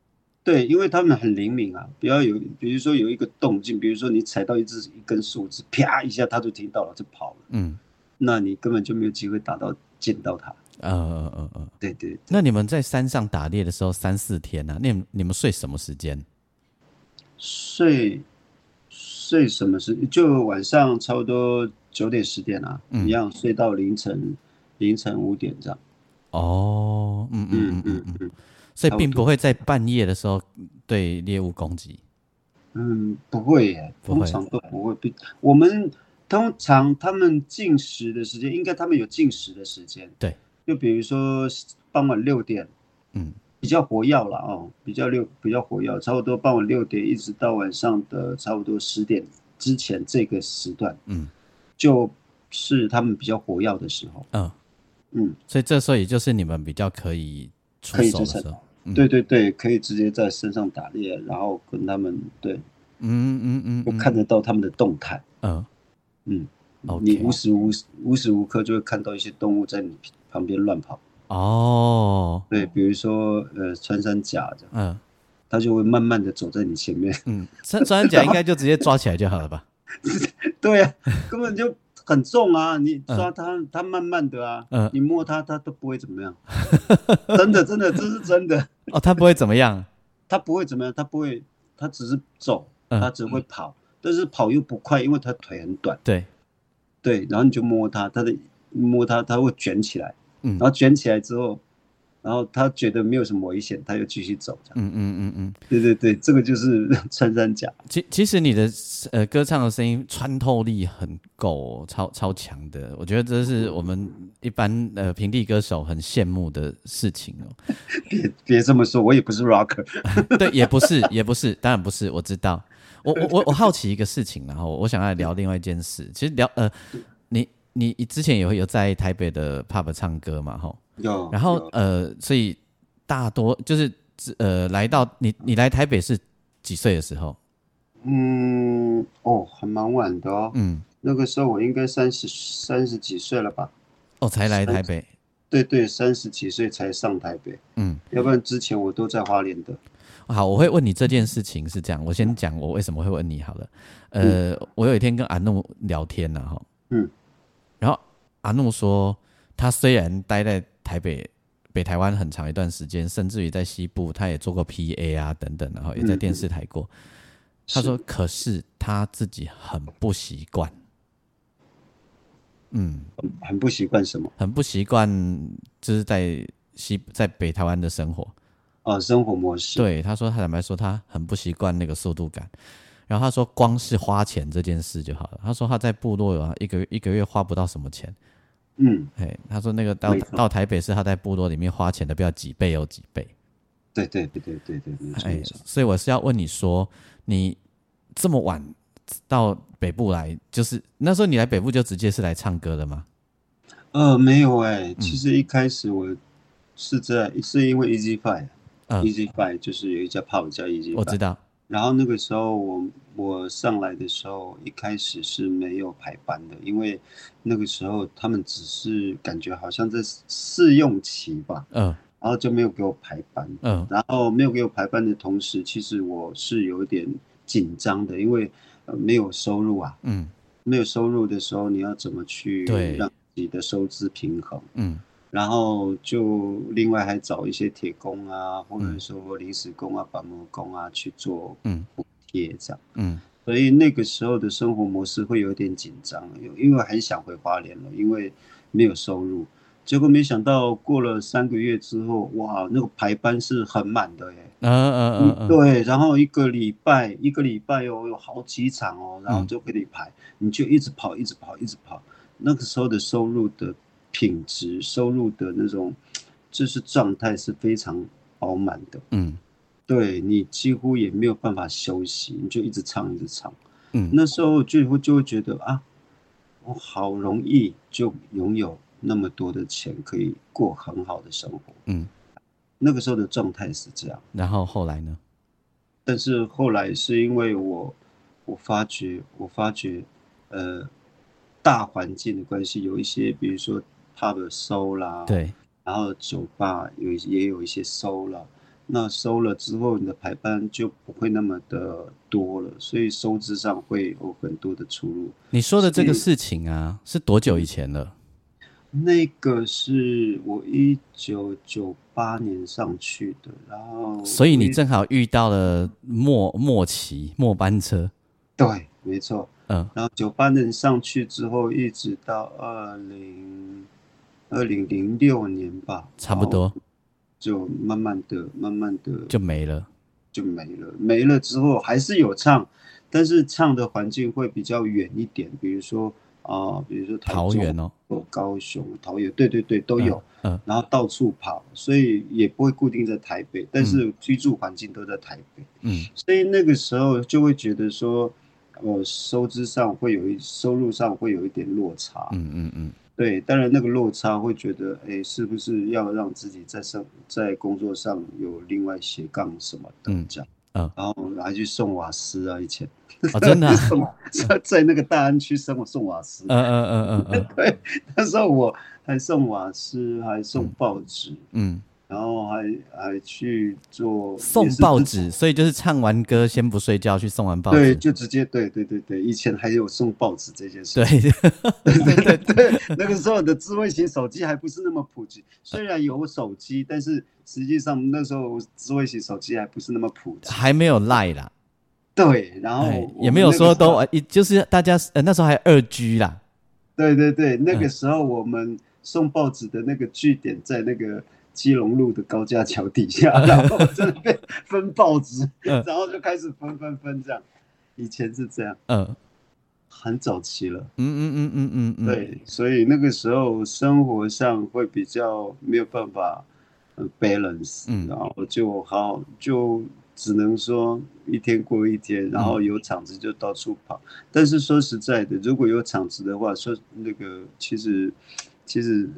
B: 对，因为他们很灵敏啊，比较有，比如说有一个动静，比如说你踩到一只一根树枝，啪一下，它就听到了，就跑了，
A: 嗯，
B: 那你根本就没有机会打到见到它。
A: 呃呃呃呃，
B: 对对，
A: 那你们在山上打猎的时候三四天呢、啊？那你们你们睡什么时间？
B: 睡睡什么时？就晚上差不多九点十点啊，
A: 嗯
B: 一样睡到凌晨凌晨五点这样。
A: 哦，嗯嗯
B: 嗯
A: 嗯
B: 嗯
A: 嗯嗯
B: 嗯，
A: 所以
B: 差不
A: 并不
B: 多
A: 会在半夜的时候对猎物攻击。
B: 嗯，不会耶，
A: 不会
B: 通常都不会。比我们通常他们进食的时间，应该他们有进食的时间。
A: 对，
B: 就比如说傍晚六点
A: 嗯
B: 比较活跃了哦，比较六比较活跃，差不多傍晚六点一直到晚上的差不多十点之前这个时段，
A: 嗯
B: 就是他们比较活跃的时候。
A: 嗯，
B: 嗯，
A: 所以这时候也就是你们比较可以出
B: 可以
A: 手
B: 出
A: 的
B: 手
A: 时候。嗯
B: 对对对，可以直接在身上打猎，然后跟他们对，
A: 嗯嗯嗯，
B: 就看
A: 着
B: 得到他们的动态。
A: 嗯，
B: 嗯，
A: OK
B: 你无时无时无时无刻就会看到一些动物在你旁边乱跑。
A: 哦，
B: 对，比如说呃穿山甲这样，
A: 嗯，
B: 它就会慢慢的走在你前面。
A: 嗯，穿穿甲应该就直接抓起来就好了吧？
B: 对啊，根本就很重啊！你抓它，它慢慢的啊，
A: 嗯
B: 你摸它，它都不会 怎么样。真的，真的，这是真的，
A: 哦，他不会怎么样，
B: 它不会怎么样，它不会，它只是走，
A: 嗯
B: 它只会跑，但是跑又不快，因为它腿很短。
A: 对，
B: 对，然后你就摸它，它的摸它，它会卷起来，
A: 嗯
B: 然后卷起来之后，然后它觉得没有什么危险，它又继续走。这样
A: 嗯嗯嗯嗯。
B: 对对对，这个就是 穿山甲。
A: 其其实你的呃歌唱的声音穿透力很够，超超强的，我觉得这是我们一般呃平地歌手很羡慕的事情哦。
B: 别别这么说，我也不是 rocker。
A: 对，也不是，也不是，当然不是，我知道。我我我我好奇一个事情，然后我想要聊另外一件事。其实聊呃，你你之前也会有在台北的 pub 唱歌嘛，吼，
B: 有，
A: 然后
B: 哦有
A: 呃，所以大多就是呃，来到你你来台北是几岁的时候？
B: 嗯，哦，还蛮晚的哦。
A: 嗯，
B: 那个时候我应该三十三十几岁了吧？
A: 哦，才来台北，
B: 对对，三十几岁才上台北，
A: 嗯。
B: 要不然之前我都在花莲的。
A: 好，我会问你这件事情是这样，我先讲我为什么会问你好了。呃，我有一天跟阿怒聊天了哈，
B: 嗯，
A: 然后阿怒说，他虽然待在台北、北台湾很长一段时间，甚至于在西部，他也做过 PA 啊等等，然后也在
B: 嗯
A: 电视台过。他说，可是他自己很不习惯，嗯，
B: 很不习惯什么
A: 很不习惯，就是在西在北台湾的生活。
B: 啊，生活模式。
A: 对，他说他坦白说他很不习惯那个速度感，然后他说光是花钱这件事就好了。他说他在部落有啊，一个一个月花不到什么钱。
B: 嗯，
A: 哎，他说那个到
B: 没错
A: 到台北是他在部落里面花钱的，不要几倍有几倍。
B: 对对对对对对，没错
A: 哎
B: 没错。，
A: 所以我是要问你说，你这么晚到北部来，就是那时候你来北部就直接是来唱歌的吗？
B: 呃，没有哎，其
A: 嗯
B: 实一开始我是在是因为 Easy Five，Easy
A: 嗯，
B: Five 就是有一家 pub 叫 Easy
A: 我知
B: Five，
A: 道。
B: 然后那个时候我我上来的时候，一开始是没有排班的，因为那个时候他们只是感觉好像在试用期吧，
A: 嗯
B: 然后就没有给我排班。
A: 嗯
B: 然后没有给我排班的同时，其实我是有一点紧张的，因为呃没有收入啊，
A: 嗯
B: 没有收入的时候，你要怎么去
A: 对
B: 让自己的收支平衡？
A: 嗯
B: 然后就另外还找一些铁工啊，或者说临时工啊、板模工啊去做
A: 嗯
B: 补贴这样。
A: 嗯
B: 所以那个时候的生活模式会有点紧张，有因为很想回花莲了，因为没有收入。结果没想到过了三个月之后，哇，那个排班是很满的耶。
A: 嗯嗯嗯嗯，
B: 对，然后一个礼拜一个礼拜哦，有好几场哦，
A: 嗯
B: 然后就给你排，你就一直跑，一直跑，一直跑。那个时候的收入的品质，收入的那种就是状态是非常饱满的。
A: 嗯
B: 对你几乎也没有办法休息，你就一直唱，一直唱。
A: 嗯
B: 那时候就会就会觉得啊，我好容易就拥有那么多的钱，可以过很好的生活。
A: 嗯，
B: 那个时候的状态是这样。
A: 然后后来呢？
B: 但是后来是因为我，我发觉，我发觉，呃，大环境的关系，有一些，比如说 pub 收啦，，
A: 对，
B: 然后酒吧有一也有一些收了，那收了之后，你的排班就不会那么的多了，所以收支上会有很多的出入。
A: 你说的这个事情啊，是多久以前了？
B: 那个是我一九九八年上去的，然后
A: 所以你
B: 这
A: 正好遇到了末末期末班车，
B: 对，没错，
A: 嗯
B: 然后九八年上去之后，一直到二零二零零六年吧，
A: 差不多，
B: 就慢慢的、慢慢的
A: 就没了。
B: 就没了。没了之后还是有唱，但是唱的环境会比较远一点，比如说啊、比如说台
A: 桃
B: 中
A: 园哦，
B: 或高雄、桃园，对对对，都有。
A: 嗯嗯
B: 然后到处跑，所以也不会固定在台北，但是居住环境都在台北。
A: 嗯
B: 所以那个时候就会觉得说，呃，收支上会有一收入上会有一点落差，
A: 嗯嗯嗯，
B: 对，当然那个落差会觉得，哎，是不是要让自己在上在工作上有另外斜杠什么的
A: 嗯
B: 这样，
A: 嗯
B: 然后还去送瓦斯啊，以前
A: 哦，真的啊，
B: 送瓦在那个大安区生活送瓦斯，
A: 嗯嗯嗯嗯嗯
B: 那时候我还送瓦斯，还送报纸，
A: 嗯
B: 然后还还去做
A: 送
B: 也是
A: 报
B: 自
A: 纸，所以就是唱完歌先不睡觉去送完报
B: 对，
A: 纸。
B: 就直接对对对对，以前还有送报纸这件 事
A: 对
B: 情。对对对， 那个时候的智慧型手机还不是那么普及，虽然有手机，但是实际上那时候智慧型手机还不是那么普及。
A: 还没有赖啦，
B: 对，然后
A: 啊哎
B: 哦我
A: 也
B: 们
A: 没有
B: 那个
A: 说
B: 时候
A: 都，也就是大家呃那时候还二 G 啦，
B: 对对对，那
A: 嗯
B: 个时候我们送报纸的那个据点在那个基隆路的高架桥 底下，然后在那边分报纸，
A: 嗯
B: 然后就开始分分分这样。以前是这样，
A: 嗯
B: 很早期了。
A: 嗯嗯嗯嗯嗯嗯，
B: 对，所以那个时候生活上会比较没有办法呃 balance，、
A: 嗯
B: 然后就好就只能说一天过一天，然后有场子就到处跑。但是说实在的，如果有场子的话，说那个其实其实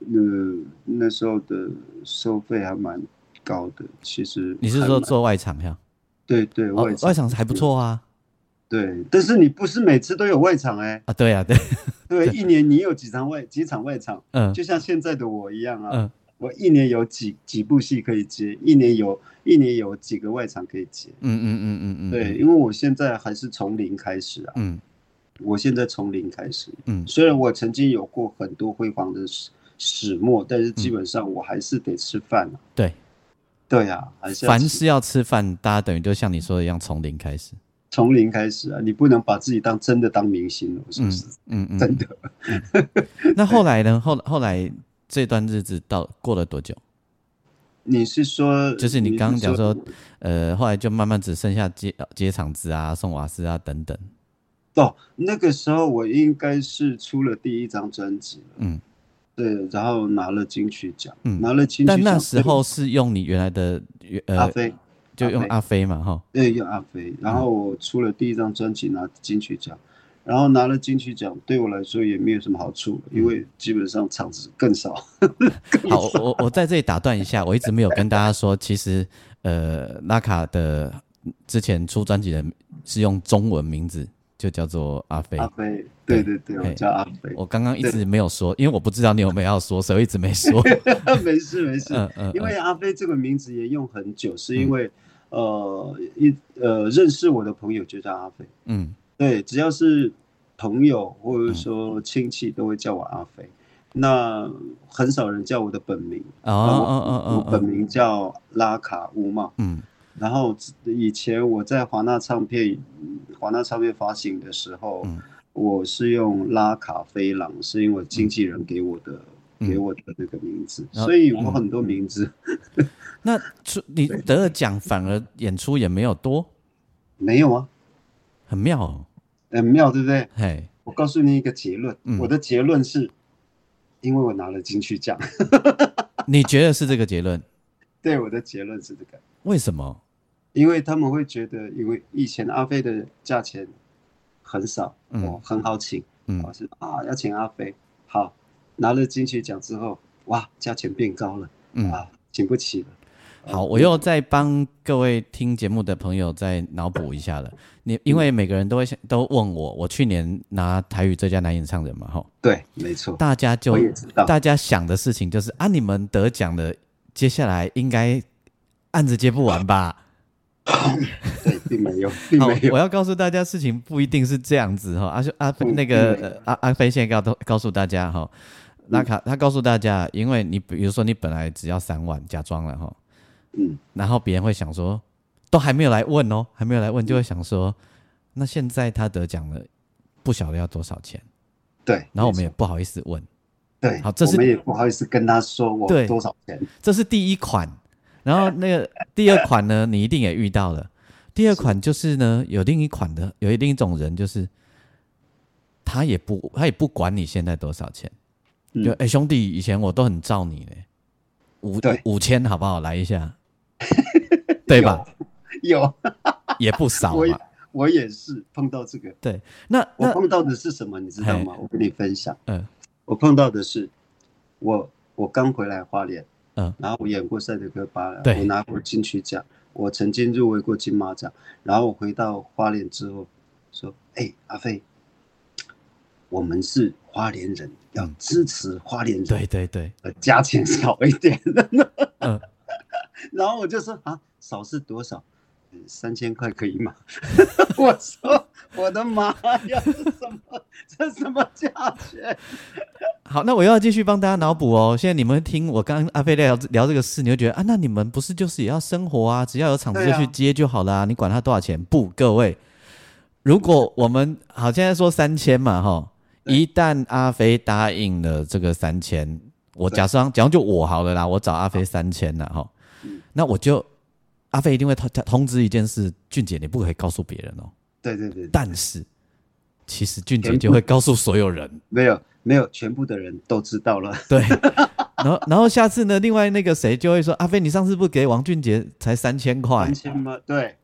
B: 呃那时候的收费还蛮高的，其实
A: 嗯你是
B: 还
A: 说
B: 蛮
A: 做外场呀？
B: 对对
A: 哦
B: 外
A: 外场还不错啊
B: 对，但是你不是每次都有外场哎、
A: 啊，对啊对，
B: 对，一年你有几场外几场外场？
A: 嗯
B: 就像现在的我一样啊，
A: 嗯
B: 我一年有几几部戏可以接，一年有一年有几个外场可以接。
A: 嗯嗯嗯嗯嗯，
B: 对，，因为我现在还是从零开始啊，
A: 嗯
B: 我现在从零开始。
A: 嗯
B: 虽然我曾经有过很多辉煌的始始末，但是基本上我还是得吃饭啊。
A: 对，
B: 对啊，还是要
A: 凡
B: 吃
A: 是要吃饭，大家等于就像你说的一样，从零开始。
B: 从零开始啊，你不能把自己当真的当明星了，我说
A: 嗯
B: 是
A: 嗯嗯，
B: 真的。
A: 那后来呢？后后来这段日子到过了多久？
B: 你是说，
A: 就是你刚刚讲说
B: 说，
A: 呃，后来就慢慢只剩下接接场子啊、送瓦斯啊等等。
B: 哦，那个时候我应该是出了第一张专辑了，
A: 嗯，
B: 对，然后拿了金曲奖，
A: 嗯
B: 拿了金曲奖。
A: 但那时候是用你原来的
B: 对阿
A: 呃，
B: 飞，
A: 就用
B: 阿飞
A: 阿飞嘛，哈。
B: 对，有阿飞。然后我出了第一张专辑拿金曲奖，然后拿了金曲奖，对我来说也没有什么好处，因
A: 嗯
B: 为基本上场子更少。
A: 好，我我我在这里打断一下，我一直没有跟大家说，其实呃，拉卡的之前出专辑的是用中文名字，就叫做阿飞。
B: 阿飞，对对对，
A: 嘿
B: 我叫阿飞，
A: 我刚刚一直没有说，因为我不知道你有没有要说，所以我一直没说。
B: 没事没事。
A: 嗯嗯
B: 因为阿飞这个名字也用很久，是
A: 嗯
B: 因为呃一呃认识我的朋友就叫阿飞。
A: 嗯
B: 对，只要是朋友或者
A: 嗯
B: 说亲戚都会叫我阿飞，那很少人叫我的本名。
A: 哦
B: 啊，我
A: 哦哦
B: 我
A: 哦
B: 本名叫拉卡乌茂。
A: 嗯
B: 然后以前我在华纳唱片，嗯华纳唱片发行的时候，
A: 嗯
B: 我是用拉卡飞狼，是因为经纪人给我的、
A: 嗯
B: 给我的那个名字，
A: 然后嗯
B: 所以我很多名字、
A: 那出你得了奖，反而演出也没有多，
B: 没有啊，
A: 很妙、哦。
B: 很妙，对不对？
A: 嘿，
B: 我告诉你一个结论，
A: 嗯
B: 我的结论是，因为我拿了金曲奖。
A: 你觉得是这个结论？
B: 对，我的结论是这个，
A: 为什么？
B: 因为他们会觉得，因为以前阿飞的价钱很少，
A: 嗯
B: 哦，很好请，
A: 嗯
B: 我是啊，要请阿飞，好，拿了金曲奖之后，哇，价钱变高了，
A: 嗯，
B: 啊，请不起了。
A: 好，我又再帮各位听节目的朋友再脑补一下了。你因为每个人都会想都问我，我去年拿台语最佳男演唱人嘛，吼，
B: 对，没错，
A: 大家就
B: 我也知道
A: 大家想的事情就是啊，你们得奖了，接下来应该案子接不完吧？
B: 对，并没有， 并
A: 好
B: 没，有
A: 我，要告诉大家，事情不一定是这样子哈。阿修阿飞
B: 嗯
A: 那个
B: 嗯
A: 呃阿阿飞现在告告诉大家哈，拉卡他告诉大家，因为你比如说你本来只要三万，假装了哈，
B: 嗯，
A: 然后别人会想说，都还没有来问哦，还没有来问就会想说，那现在他得奖了，不晓得要多少钱，
B: 对。
A: 然后我们
B: 没
A: 也不好意思问，
B: 错对，
A: 好这是
B: 我们也不好意思跟他说我
A: 对
B: 多少钱，
A: 这是第一款，然后那个第二款呢，你一定也遇到了。第二款就是呢，有另一款的，有另一种人，就是他也不他也不管你现在多少钱，
B: 嗯
A: 就哎、欸兄弟，以前我都很照你嘞，五
B: 对
A: 五千好不好？来一 下，对吧？
B: 有，
A: 也不少
B: 我也
A: 嘛。
B: 我也是碰到这个，
A: 对，那
B: 我
A: 那
B: 碰到的是什么，你知道吗？我跟你分享。
A: 嗯
B: 我碰到的是，我我刚回来花莲，
A: 嗯
B: 然后我演过赛德克巴莱，
A: 对
B: 我拿过金曲奖，我曾经入围过金马奖，然后我回到花莲之后说，哎、阿飞，我们是花莲人，要支持花莲人，
A: 嗯对对对，
B: 呃，价钱少一点。
A: 嗯
B: 然后我就说啊，少是多少？嗯三千块可以吗？ 我说我的妈呀，这什么这什么价钱？
A: 好，那我又要继续帮大家脑补哦。现在你们听我刚刚阿飞聊聊这个事，你就觉得啊，那你们不是就是也要生活啊？只要有厂子就
B: 对啊
A: 去接就好啦、你管他多少钱？不，各位，如果我们好现在说三千嘛，哈，
B: 对
A: 一旦阿飞答应了这个三千，我假装假装就我好了啦，我找阿飞三千啦，哈
B: 嗯，
A: 那我就阿飞一定会通通知一件事，俊姐你不可以告诉别人哦。
B: 对对对，
A: 但是其实俊姐
B: 全部
A: 就会告诉所有人。
B: 没有没有，全部的人都知道了。
A: 对，然后然后下次呢，另外那个谁就会说：“阿飞，你上次不给王俊杰才三千块
B: 三，千吗？ 对，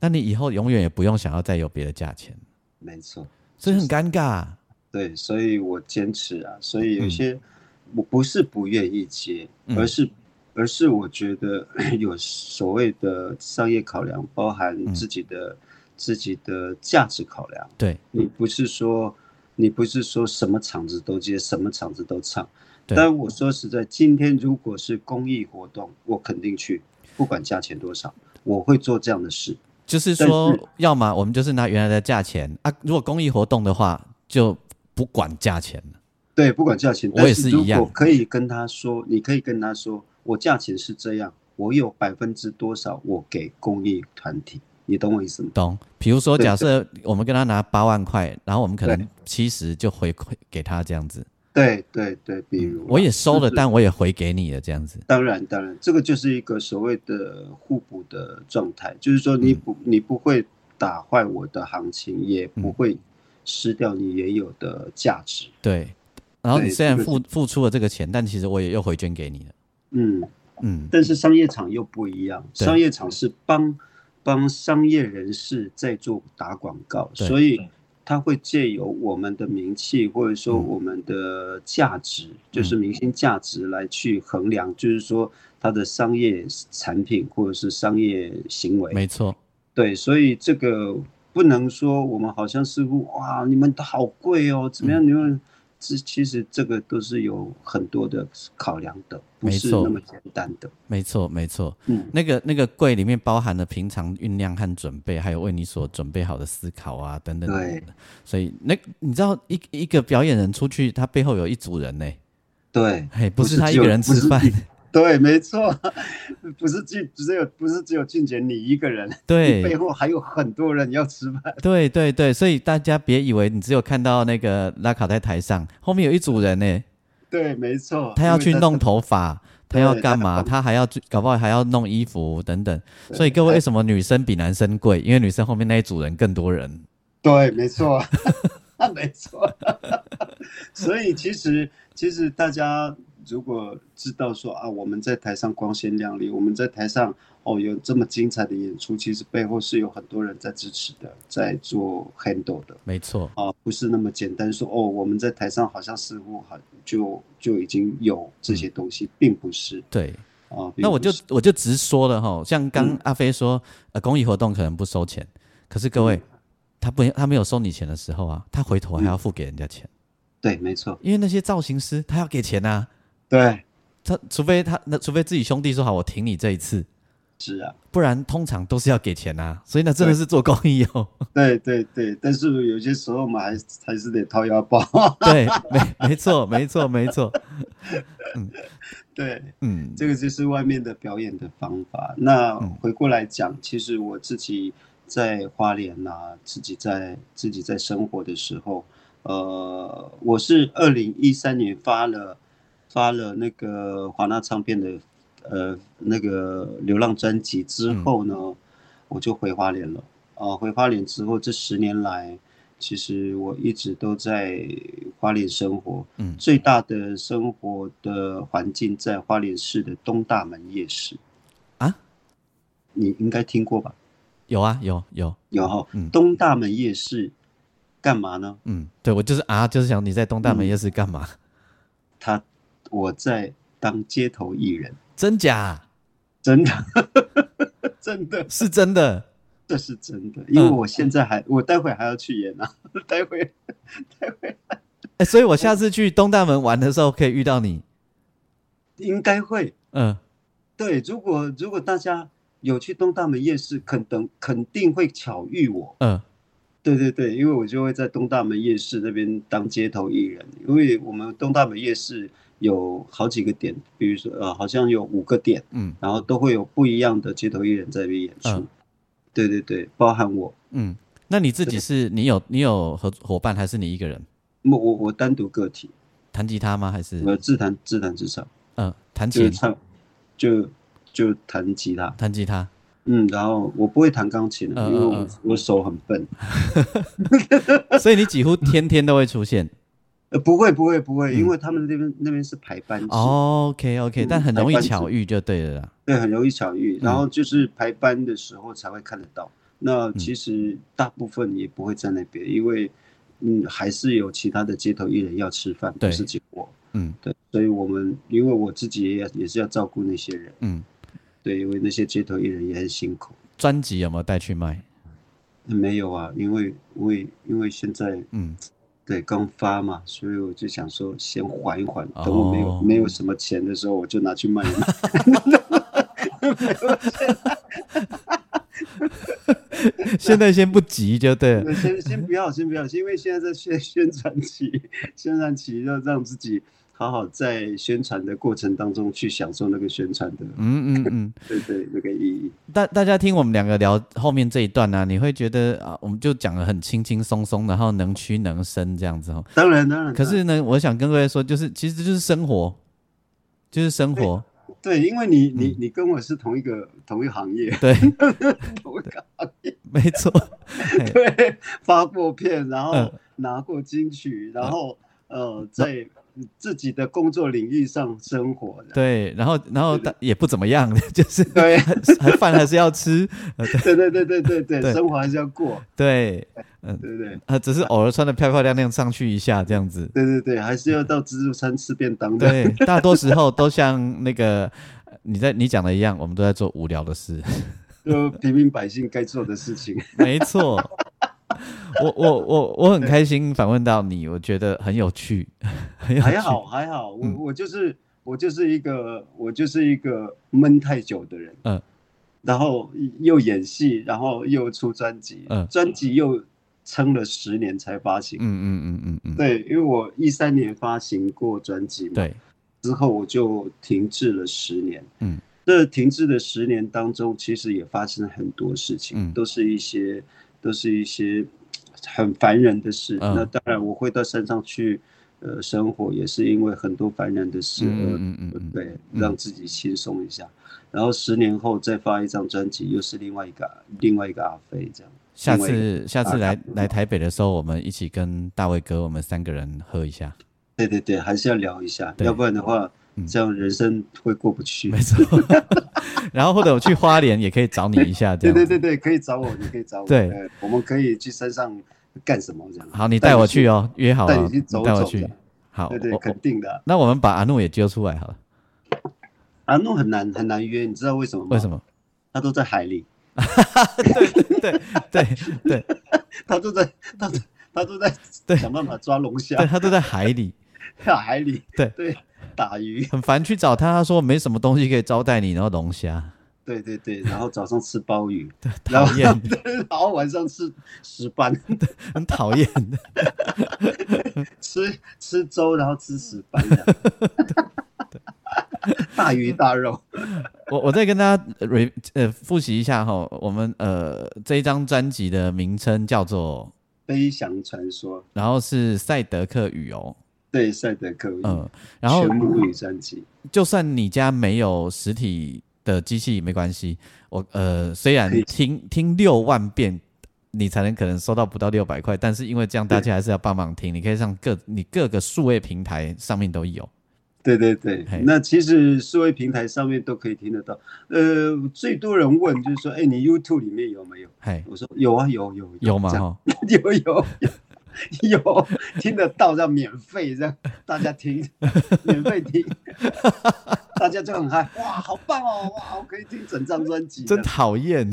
A: 那你以后永远也不用想要再有别的价钱，
B: 没错，
A: 所以很尴尬。
B: 对，所以我坚持啊，所以有些我不是不愿意接，
A: 嗯
B: 而是而是我觉得 有所谓的商业考量，包
A: 嗯
B: 含自己的、自己的价值考量。
A: 对
B: 你不是说你不是说什么场子都接，什么场子都唱。
A: 对
B: 但我说实在，今天如果是公益活动，我肯定去，不管价钱多少，我会做这样的事。”
A: 就是说，要么我们就是拿原来的价钱啊，如果公益活动的话，就不管价钱了。
B: 对，不管价钱，
A: 我也
B: 但
A: 是
B: 是
A: 一
B: 如
A: 样
B: 果可以跟他说，你可以跟他说，我价钱是这样，我有百分之多少我给公益团体，你懂我意思吗？
A: 懂？比如说，
B: 对
A: 假设我们跟他拿八万块，然后我们可能
B: 对
A: 七十就回馈给他这样子，
B: 对对对，比如啦、
A: 嗯我也收了，
B: 是
A: 但我也回给你了这样子。
B: 当然当然，这个就是一个所谓的互补的状态，就是说
A: 嗯
B: 你不、你不会打坏我的行情，也
A: 嗯
B: 不会失掉你原有的价值。
A: 对，然后你
B: 对
A: 虽然
B: 这个
A: 付付出了这个钱，但其实我也又回捐给你了。
B: 嗯，
A: 嗯，
B: 但是商业场又不一样，
A: 对
B: 商业场是帮帮商业人士在做打广告，
A: 对
B: 所以他会借由我们的名气或者说
A: 嗯
B: 我们的价值，就是明星价值来去衡量，就是说他的商业产品或者是商业行为。
A: 没错。
B: 对，所以这个不能说我们好像似乎哇，你们好贵哦，怎么
A: 嗯
B: 样？你们这其实这个都是有很多的考量的，不
A: 没
B: 是
A: 错
B: 那么简单的。
A: 没错，没错，
B: 嗯，
A: 那个那个柜里面包含了平常酝酿和准备，还有为你所准备好的思考啊，等等。
B: 对，
A: 所以那你知道一一个表演人出去，他背后有一组人呢、
B: 对，
A: 嘿，不
B: 不
A: 是
B: 是
A: 他
B: 只
A: 一个
B: 有
A: 人
B: 不
A: 吃
B: 是
A: 饭
B: 一，对，没错，不是只只有不是只有俊杰你一个人，
A: 对
B: 背后还有很多人要吃饭，
A: 对对对，所以大家别以为你只有看到那个拉卡在台上，后面有一组人呢、
B: 对，没错，
A: 他要去
B: 哦因为
A: 弄头发，他要
B: 对
A: 干
B: 他
A: 嘛？
B: 要
A: 他还要去搞不好还要弄衣服等等。
B: 对
A: 所以各位，
B: 还
A: 为什么女生比男生贵？因为女生后面那一组人更多人。
B: 对，没错，没错。所以其实其实大家如果知道说啊，我们在台上光鲜亮丽，我们在台上哦有这么精彩的演出，其实背后是有很多人在支持的，在做 handle 的。
A: 没错，
B: 啊，不是那么简单说哦，我们在台上好像似乎好就就已经有这些东西，并不是
A: 对。
B: 啊。并
A: 嗯那我
B: 不
A: 就是我就直说了哈，像刚
B: 嗯
A: 阿飞说，呃，公益活动可能不收钱，可是各
B: 嗯
A: 位，他不他没有收你钱的时候啊，他回头还要付给人家钱，
B: 对，没错，
A: 因为那些造型师他要给钱啊，
B: 对，
A: 他除非他那除非自己兄弟说好我挺你这一次，
B: 是啊，
A: 不然通常都是要给钱啊，所以那真的是做公益 哦。
B: 对对对。但是有些时候嘛，还是还是得掏腰包。
A: 对，没没错，没错，没错，
B: 对，
A: 嗯，
B: 这个就是外面的表演的方法。那回过来讲，其实我自己在花莲呐、自己在自己在生活的时候，呃，我是二零一三年发了发了那个华纳唱片的呃那个流浪专辑之后呢，我就回花莲了。啊、回花莲之后，这十年来，其实我一直都在花莲生活。
A: 嗯
B: 最大的生活的环境在花莲市的东大门夜市
A: 啊，
B: 你应该听过吧？
A: 有啊，有有，
B: 有哈、
A: 嗯
B: 东大门夜市干嘛呢？
A: 嗯，对我就是啊，就是想你在东大门
B: 嗯
A: 夜市干嘛？
B: 他我在当街头艺人，
A: 真假？
B: 真的， 真的，
A: 是真的？
B: 这是真的，因为
A: 嗯
B: 我现在还我待会还要去演啊，待会待会
A: 哎、所以我下次去东大门玩的时候可以遇到你。
B: 应该会。
A: 嗯，
B: 对，如果如果大家有去东大门夜市，肯等肯定会巧遇我。
A: 嗯，
B: 对对对，因为我就会在东大门夜市那边当街头艺人，因为我们东大门夜市有好几个点，比如说呃，好像有五个点，
A: 嗯，
B: 然后都会有不一样的街头艺人在那边演出。
A: 嗯
B: 对对对，包含我，
A: 嗯，那你自己是你有你有合伙伴，还是你一个人
B: 我我我单独个体，
A: 弹吉他吗？还是
B: 我自弹自弹自唱，
A: 嗯弹
B: 就是
A: 琴
B: 唱，就就弹吉他。
A: 弹吉他？
B: 嗯，然后我不会弹钢琴的，
A: 嗯
B: 因为
A: 嗯
B: 我
A: 嗯
B: 我手很笨。
A: 所以你几乎天天都会出 现。
B: 呃，不会不会不会，因为他们那边那边是排班制，
A: 嗯哦 OK OK，
B: 嗯
A: 但很容易
B: 排班制
A: 巧遇就对了啦。
B: 对，很容易巧遇。
A: 嗯
B: 然后就是排班的时候才会看得到。那其实大部分也不会在那边，因为嗯，还是有其他的街头艺人要吃饭，
A: 对
B: 不是只有我。
A: 嗯
B: 对，所以我们因为我自己也要也是要照顾那些人，
A: 嗯，
B: 对，因为那些街头艺人也很辛苦。
A: 专辑有没有带去卖？
B: 没有啊，因为因为因为现在
A: 嗯
B: 对，刚发嘛，所以我就想说先缓一缓，等我没有、
A: 哦
B: 没有什么钱的时候，我就拿去卖一卖。
A: 现在先不急就对了。
B: 对先先不要，先不要，因为现在在宣 宣传期，宣传期要让自己好好在宣传的过程当中去享受那个宣传的，
A: 嗯嗯嗯，
B: 对对，那个意义。
A: 大大家听我们两个聊后面这一段呢、啊，你会觉得啊，我们就讲的很轻轻松松，然后能屈能伸这样子哦。
B: 当然当然，
A: 可是呢，我想跟各位说，就是其实就是生活，就是生活，
B: 对，因为
A: 嗯
B: 你你你跟我是同一个同一行业，
A: 对，
B: 同一个行业，
A: 没错，
B: 对，发过片，然后
A: 嗯
B: 拿过金曲，然后呃，在自己的工作领域上生活的。
A: 对，然后然后但也不怎么样， 就是
B: 对
A: 还饭还是要吃，
B: 对 对对对对对，
A: 对
B: 生活还是要过，
A: 对，
B: 对不对？
A: 啊，只是偶尔穿的漂漂亮亮上去一下这样子，
B: 对对对，还是要到自助餐吃便当的。
A: 对，大多时候都像那个呃你在你讲的一样，我们都在做无聊的事。
B: 就平民百姓该做的事情。
A: 没错，我我我我很开心访问到你，我觉得很有趣，嗯很有趣。
B: 还好还好，我
A: 嗯
B: 我就是我就是一个我就是一个闷太久的人，
A: 嗯，
B: 然后又演戏，然后又出专辑，
A: 嗯
B: 专辑又撑了十年才发行。
A: 嗯嗯嗯嗯嗯，
B: 对，因为我一三年发行过专辑嘛，
A: 对，
B: 之后我就停滞了十年。
A: 嗯，
B: 这停滞的十年当中，其实也发生了很多事情，
A: 嗯
B: 都是一些都是一些很烦人的事。
A: 嗯
B: 那当然，我会到山上去呃生活，也是因为很多烦人的事而、
A: 嗯嗯嗯嗯
B: 对，
A: 嗯
B: 让自己轻松一下。然后十年后再发一张专辑，又是另外一个另外一个阿飞这样。
A: 下
B: 另外
A: 次下次来来台北的时候，我们一起跟大卫哥，我们三个人喝一 下。
B: 对对对，还是要聊一下，
A: 对
B: 要不然的话
A: 嗯，
B: 这样人生会过不去。
A: 没错，然后或者我去花莲也可以找你一下，这
B: 对
A: 样
B: 对
A: 子。
B: 对对，可以找我，你可以找我。
A: 对
B: 呃我们可以去山上干什么这样？
A: 好，你带我去哦，约好
B: 带
A: 了，
B: 你去
A: 你
B: 走
A: 带我
B: 走
A: 去
B: 的。
A: 好，
B: 对对，
A: 我
B: 肯
A: 我
B: 定的。
A: 那我们把阿诺也揪出来好了。
B: 阿诺很难很难约，你知道为什么吗？
A: 为 什？么？
B: 他都在海里，
A: 对对对对
B: 他都在他都他都在
A: 对
B: 想办法抓龙虾
A: 对，，他都在海里。
B: 在海里
A: 对
B: 对打鱼，
A: 很烦，去找他，他说没什么东西可以招待你，然后龙虾，
B: 对对对，然后早上吃鲍鱼， 然
A: 讨
B: 后
A: 厌，
B: 然后晚上吃石斑，
A: 很讨厌。
B: 吃吃粥，然后吃石 斑这样，大鱼大肉，
A: 我我再跟大家呃 re 呃复习一下哈，我们呃这一张专辑的名称叫做，
B: 飞翔传说，
A: 然后是赛德克语哦，
B: 对赛德克语，
A: 嗯、然后
B: 全母语专辑。
A: 就算你家没有实体的机器没关系，我呃虽然
B: 可以
A: 听听六万遍。你才能可能收到不到六百块，但是因为这样大家还是要帮忙听，你可以上各你各个数位平台上面都有。
B: 对对对
A: 嘿，
B: 那其实数位平台上面都可以听得到。呃，最多人问就是说，哎，你 YouTube 里面有没有？
A: 嘿，
B: 我说有啊，有有
A: 有吗？哦
B: 这
A: 哈、
B: 样 有有有有，听得到，这样免费这样大 家听，免费听，大家就很嗨，哇，好棒哦，哇，我可以听整张专辑这
A: 真
B: 样。
A: 讨厌。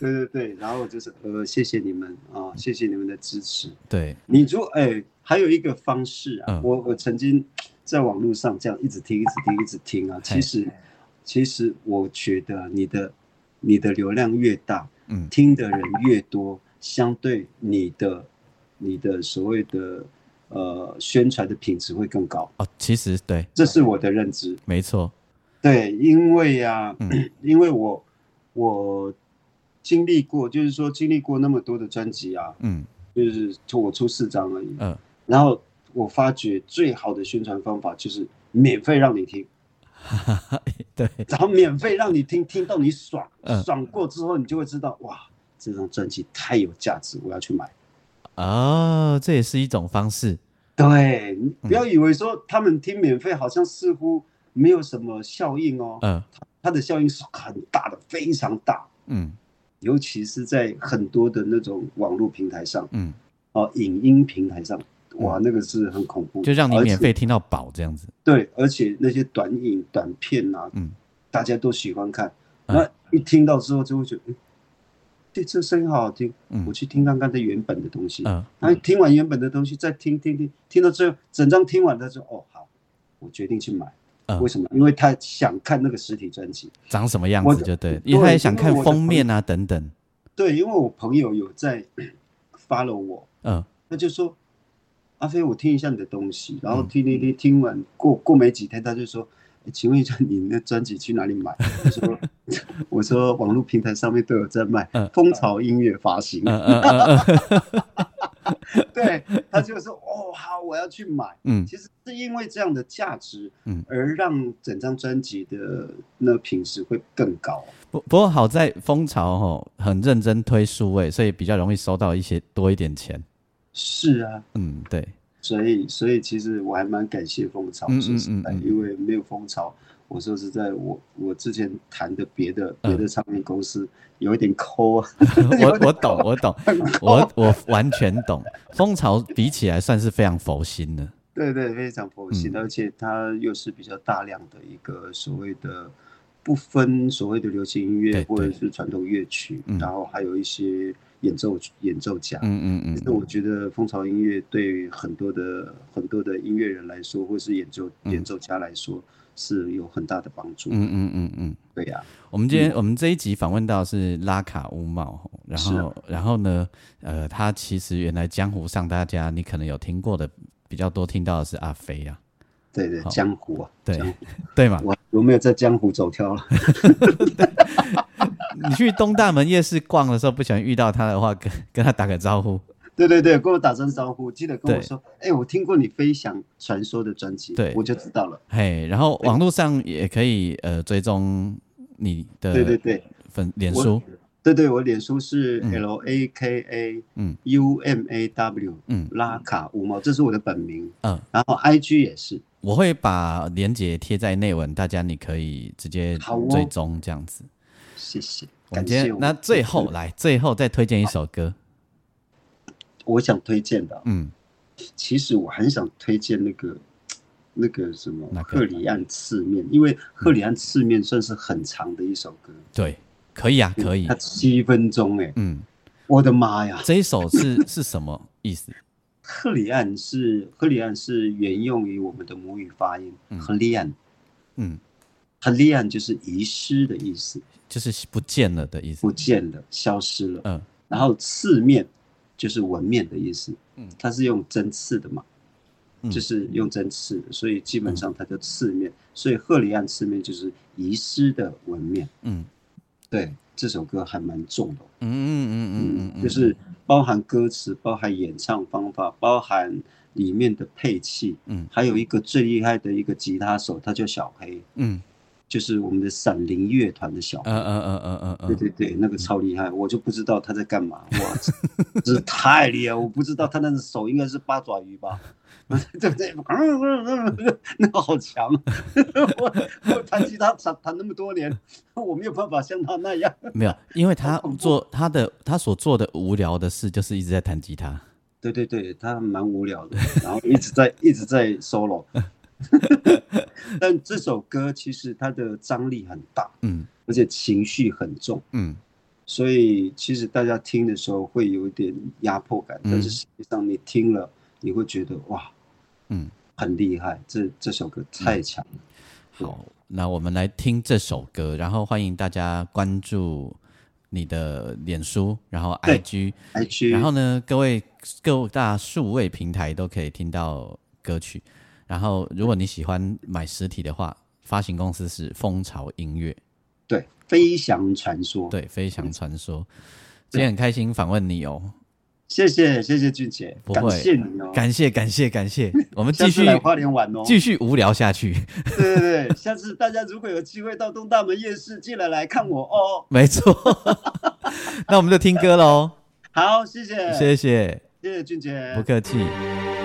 B: 对对对，然后就是呃，谢谢你们啊，谢谢你们的支持。
A: 对，
B: 你如哎，还有一个方式啊，
A: 嗯
B: 我我曾经在网络上这样一直听，一直听，一直听啊。
A: 嘿
B: 其实，其实我觉得你的你的流量越大，
A: 嗯
B: 听的人越多，相对你的你的所谓的呃宣传的品质会更高，
A: 哦，其实对，
B: 这是我的认知。
A: 没错，
B: 对，因为呀、
A: 嗯
B: 因为我我经历过，就是说经历过那么多的专辑啊，
A: 嗯
B: 就是就我出四张而已。
A: 嗯
B: 然后我发觉最好的宣传方法就是免费让你听，
A: 哈哈， 对，
B: 然后免费让你听，听到你爽
A: 嗯，
B: 爽过之后你就会知道，哇，这张专辑太有价值，我要去买。
A: 哦，这也是一种方式，
B: 对，
A: 嗯
B: 你不要以为说他们听免费好像似乎没有什么效应哦，
A: 嗯
B: 它的效应是很大的，非常大。
A: 嗯
B: 尤其是在很多的那种网络平台上，
A: 嗯，
B: 哦，影音平台上，哇，那个是很恐怖，
A: 就让你
B: 而且
A: 免费听到饱这样子，
B: 对，而且那些短影、短片啊，
A: 嗯
B: 大家都喜欢看。
A: 嗯
B: 那一听到之后就会觉得，嗯，对，这声音好好听，
A: 嗯
B: 我去听看看它原本的东西。
A: 嗯
B: 然后听完原本的东西，再听听听，听到最后整张听完，他说：“哦，好，我决定去买。
A: 嗯
B: 为，什么？因为他想看那个实体专辑。
A: 长什么样
B: 我
A: 子就对，
B: 因
A: 因
B: 为
A: 为想看
B: 我的
A: 封面啊等等，
B: 对，因为我朋友有在 follow 我，
A: 嗯
B: 他就说：“阿飞，我听一下你的东西。”然后听听听，听完过过没几天，他就说：“诶请问一下，你那专辑去哪里买？” 我说：“我说网络平台上面都有在卖
A: 嗯，
B: 蜂巢音乐发行。
A: 嗯嗯嗯嗯
B: 对，他就说：“哦，好，我要去买。”
A: 嗯
B: 其实是因为这样的价值
A: 嗯，
B: 而让整张专辑的那品质会更高。
A: 不不过好在蜂巢吼很认真推数位，所以比较容易收到一些多一点钱。
B: 是啊，
A: 嗯， 对，
B: 所以所以其实我还蛮感谢蜂巢，
A: 嗯
B: 说实在，
A: 嗯嗯嗯
B: 因为没有蜂巢，我说实在，我我之前谈的别的
A: 嗯
B: 别的唱片公司有一点抠啊，
A: 我我懂，我懂，我我完全懂。蜂巢比起来算是非常佛心的，
B: 对对，非常佛心，
A: 嗯
B: 而且它又是比较大量的一个所谓的不分所谓的流行音
A: 对
B: 乐或者
A: 对
B: 是传统乐曲，
A: 嗯
B: 然后还有一些演奏演奏家，
A: 嗯嗯
B: 其实
A: 嗯，
B: 我觉得蜂巢音乐对很多的很多的音乐人来说，或是演奏
A: 嗯
B: 演奏家来说，是有很大的帮助。
A: 嗯嗯嗯嗯。
B: 对呀、
A: 我们今天、我们这一集访问到的是拉卡乌帽，然
B: 是
A: 后
B: 啊
A: 然后呢，呃，他其实原来江湖上大家你可能有听过的比较多听到的是阿飞啊，
B: 对对
A: 好，
B: 江湖啊，
A: 对
B: 江湖，
A: 对嘛？
B: 我我没有在江湖 走跳了。
A: 你去东大门夜市逛的时候，不小心遇到他的话，跟 跟他打个招呼，
B: 对对对，跟我打声招呼，记得跟我
A: 对
B: 说，哎，我听过你《飞翔传说》的专辑，
A: 对
B: 我就知道了。
A: 嘿，然后网络上也可以呃追踪你的
B: 对对对
A: 粉脸
B: 我
A: 书，
B: 对对，我脸书是
A: 嗯
B: L A K A
A: 嗯
B: U M A W
A: 嗯
B: 拉卡五毛，这是我的本名，
A: 嗯，
B: 然后 I G 也是。
A: 我会把链接贴在内文，大家你可以直接
B: 好哦
A: 追踪这样子。
B: 谢谢，
A: 我们
B: 感
A: 今
B: 谢
A: 天
B: 我。嗯
A: 那最后来，最后再推荐一首歌，
B: 我想推荐的啊，
A: 嗯，
B: 其实我很想推荐那个那个什么
A: 哪个
B: 赫里岸刺面，因为赫里岸刺面算是很长的一首歌，
A: 对，可以啊，可以
B: 它，七分钟哎、
A: 嗯，
B: 我的妈呀！
A: 这一首是是什么意思？
B: 赫里岸是赫里岸是沿用于我们的母语发音
A: 嗯，
B: 赫里岸，
A: 嗯，
B: 赫里岸就是遗失的意思，
A: 就是不见了的意思
B: 不，见了，消失了。
A: 嗯
B: 然后刺面就是纹面的意思，
A: 嗯
B: 它是用针刺的嘛，
A: 嗯
B: 就是用针刺的，所以基本上它叫刺面，所以赫里岸刺面就是遗失的纹面。
A: 嗯
B: 对，这首歌还蛮重的哦，
A: 嗯嗯嗯嗯嗯，
B: 就是包含歌词，包含演唱方法，包含里面的配器，
A: 嗯
B: 还有一个最厉害的一个吉他手，他叫小黑，
A: 嗯
B: 就是我们的闪灵乐团的小黑。
A: 嗯嗯嗯嗯嗯
B: 对
A: 嗯，
B: 对对，那个超厉害，我就不知道他在干嘛，哇，真是太厉害！我不知道他那个手应该是八爪鱼吧， 对不对？ 那个好强！ 我我弹吉他弹弹那么多年，我没有办法像他那样。
A: 没有，因为他
B: 好恐怖
A: 做他的他所做的无聊的事，就是一直在弹吉他。
B: 对对对，他蛮无聊的，然后一直在一直在 solo。但这首歌其实它的张力很大，
A: 嗯
B: 而且情绪很重。
A: 嗯
B: 所以其实大家听的时候会有一点压迫感，
A: 嗯
B: 但是实际上你听了，你会觉得哇，
A: 嗯，
B: 很厉害，这这首歌太强了。
A: 好，那我们来听这首歌，然后欢迎大家关注你的脸书，然后
B: 对
A: IG，
B: 还去，
A: 然后呢，各位各大数位平台都可以听到歌曲。然后，如果你喜欢买实体的话，发行公司是蜂巢音乐，
B: 对《飞翔传说》，
A: 对，飞翔传说。今天很开心访问你哦，
B: 谢谢谢谢俊杰
A: 不，会
B: 感谢你哦，
A: 感谢感谢感谢，我们
B: 下
A: 继
B: 次
A: 续
B: 来花莲玩哦。
A: 继续无聊下去，
B: 对对对，下次大家如果有机会到东大门夜市，记得来看我哦。
A: 没错。 那我们就听歌喽，
B: 好，谢谢，
A: 谢谢，
B: 谢谢俊杰，
A: 不客气。
B: 谢谢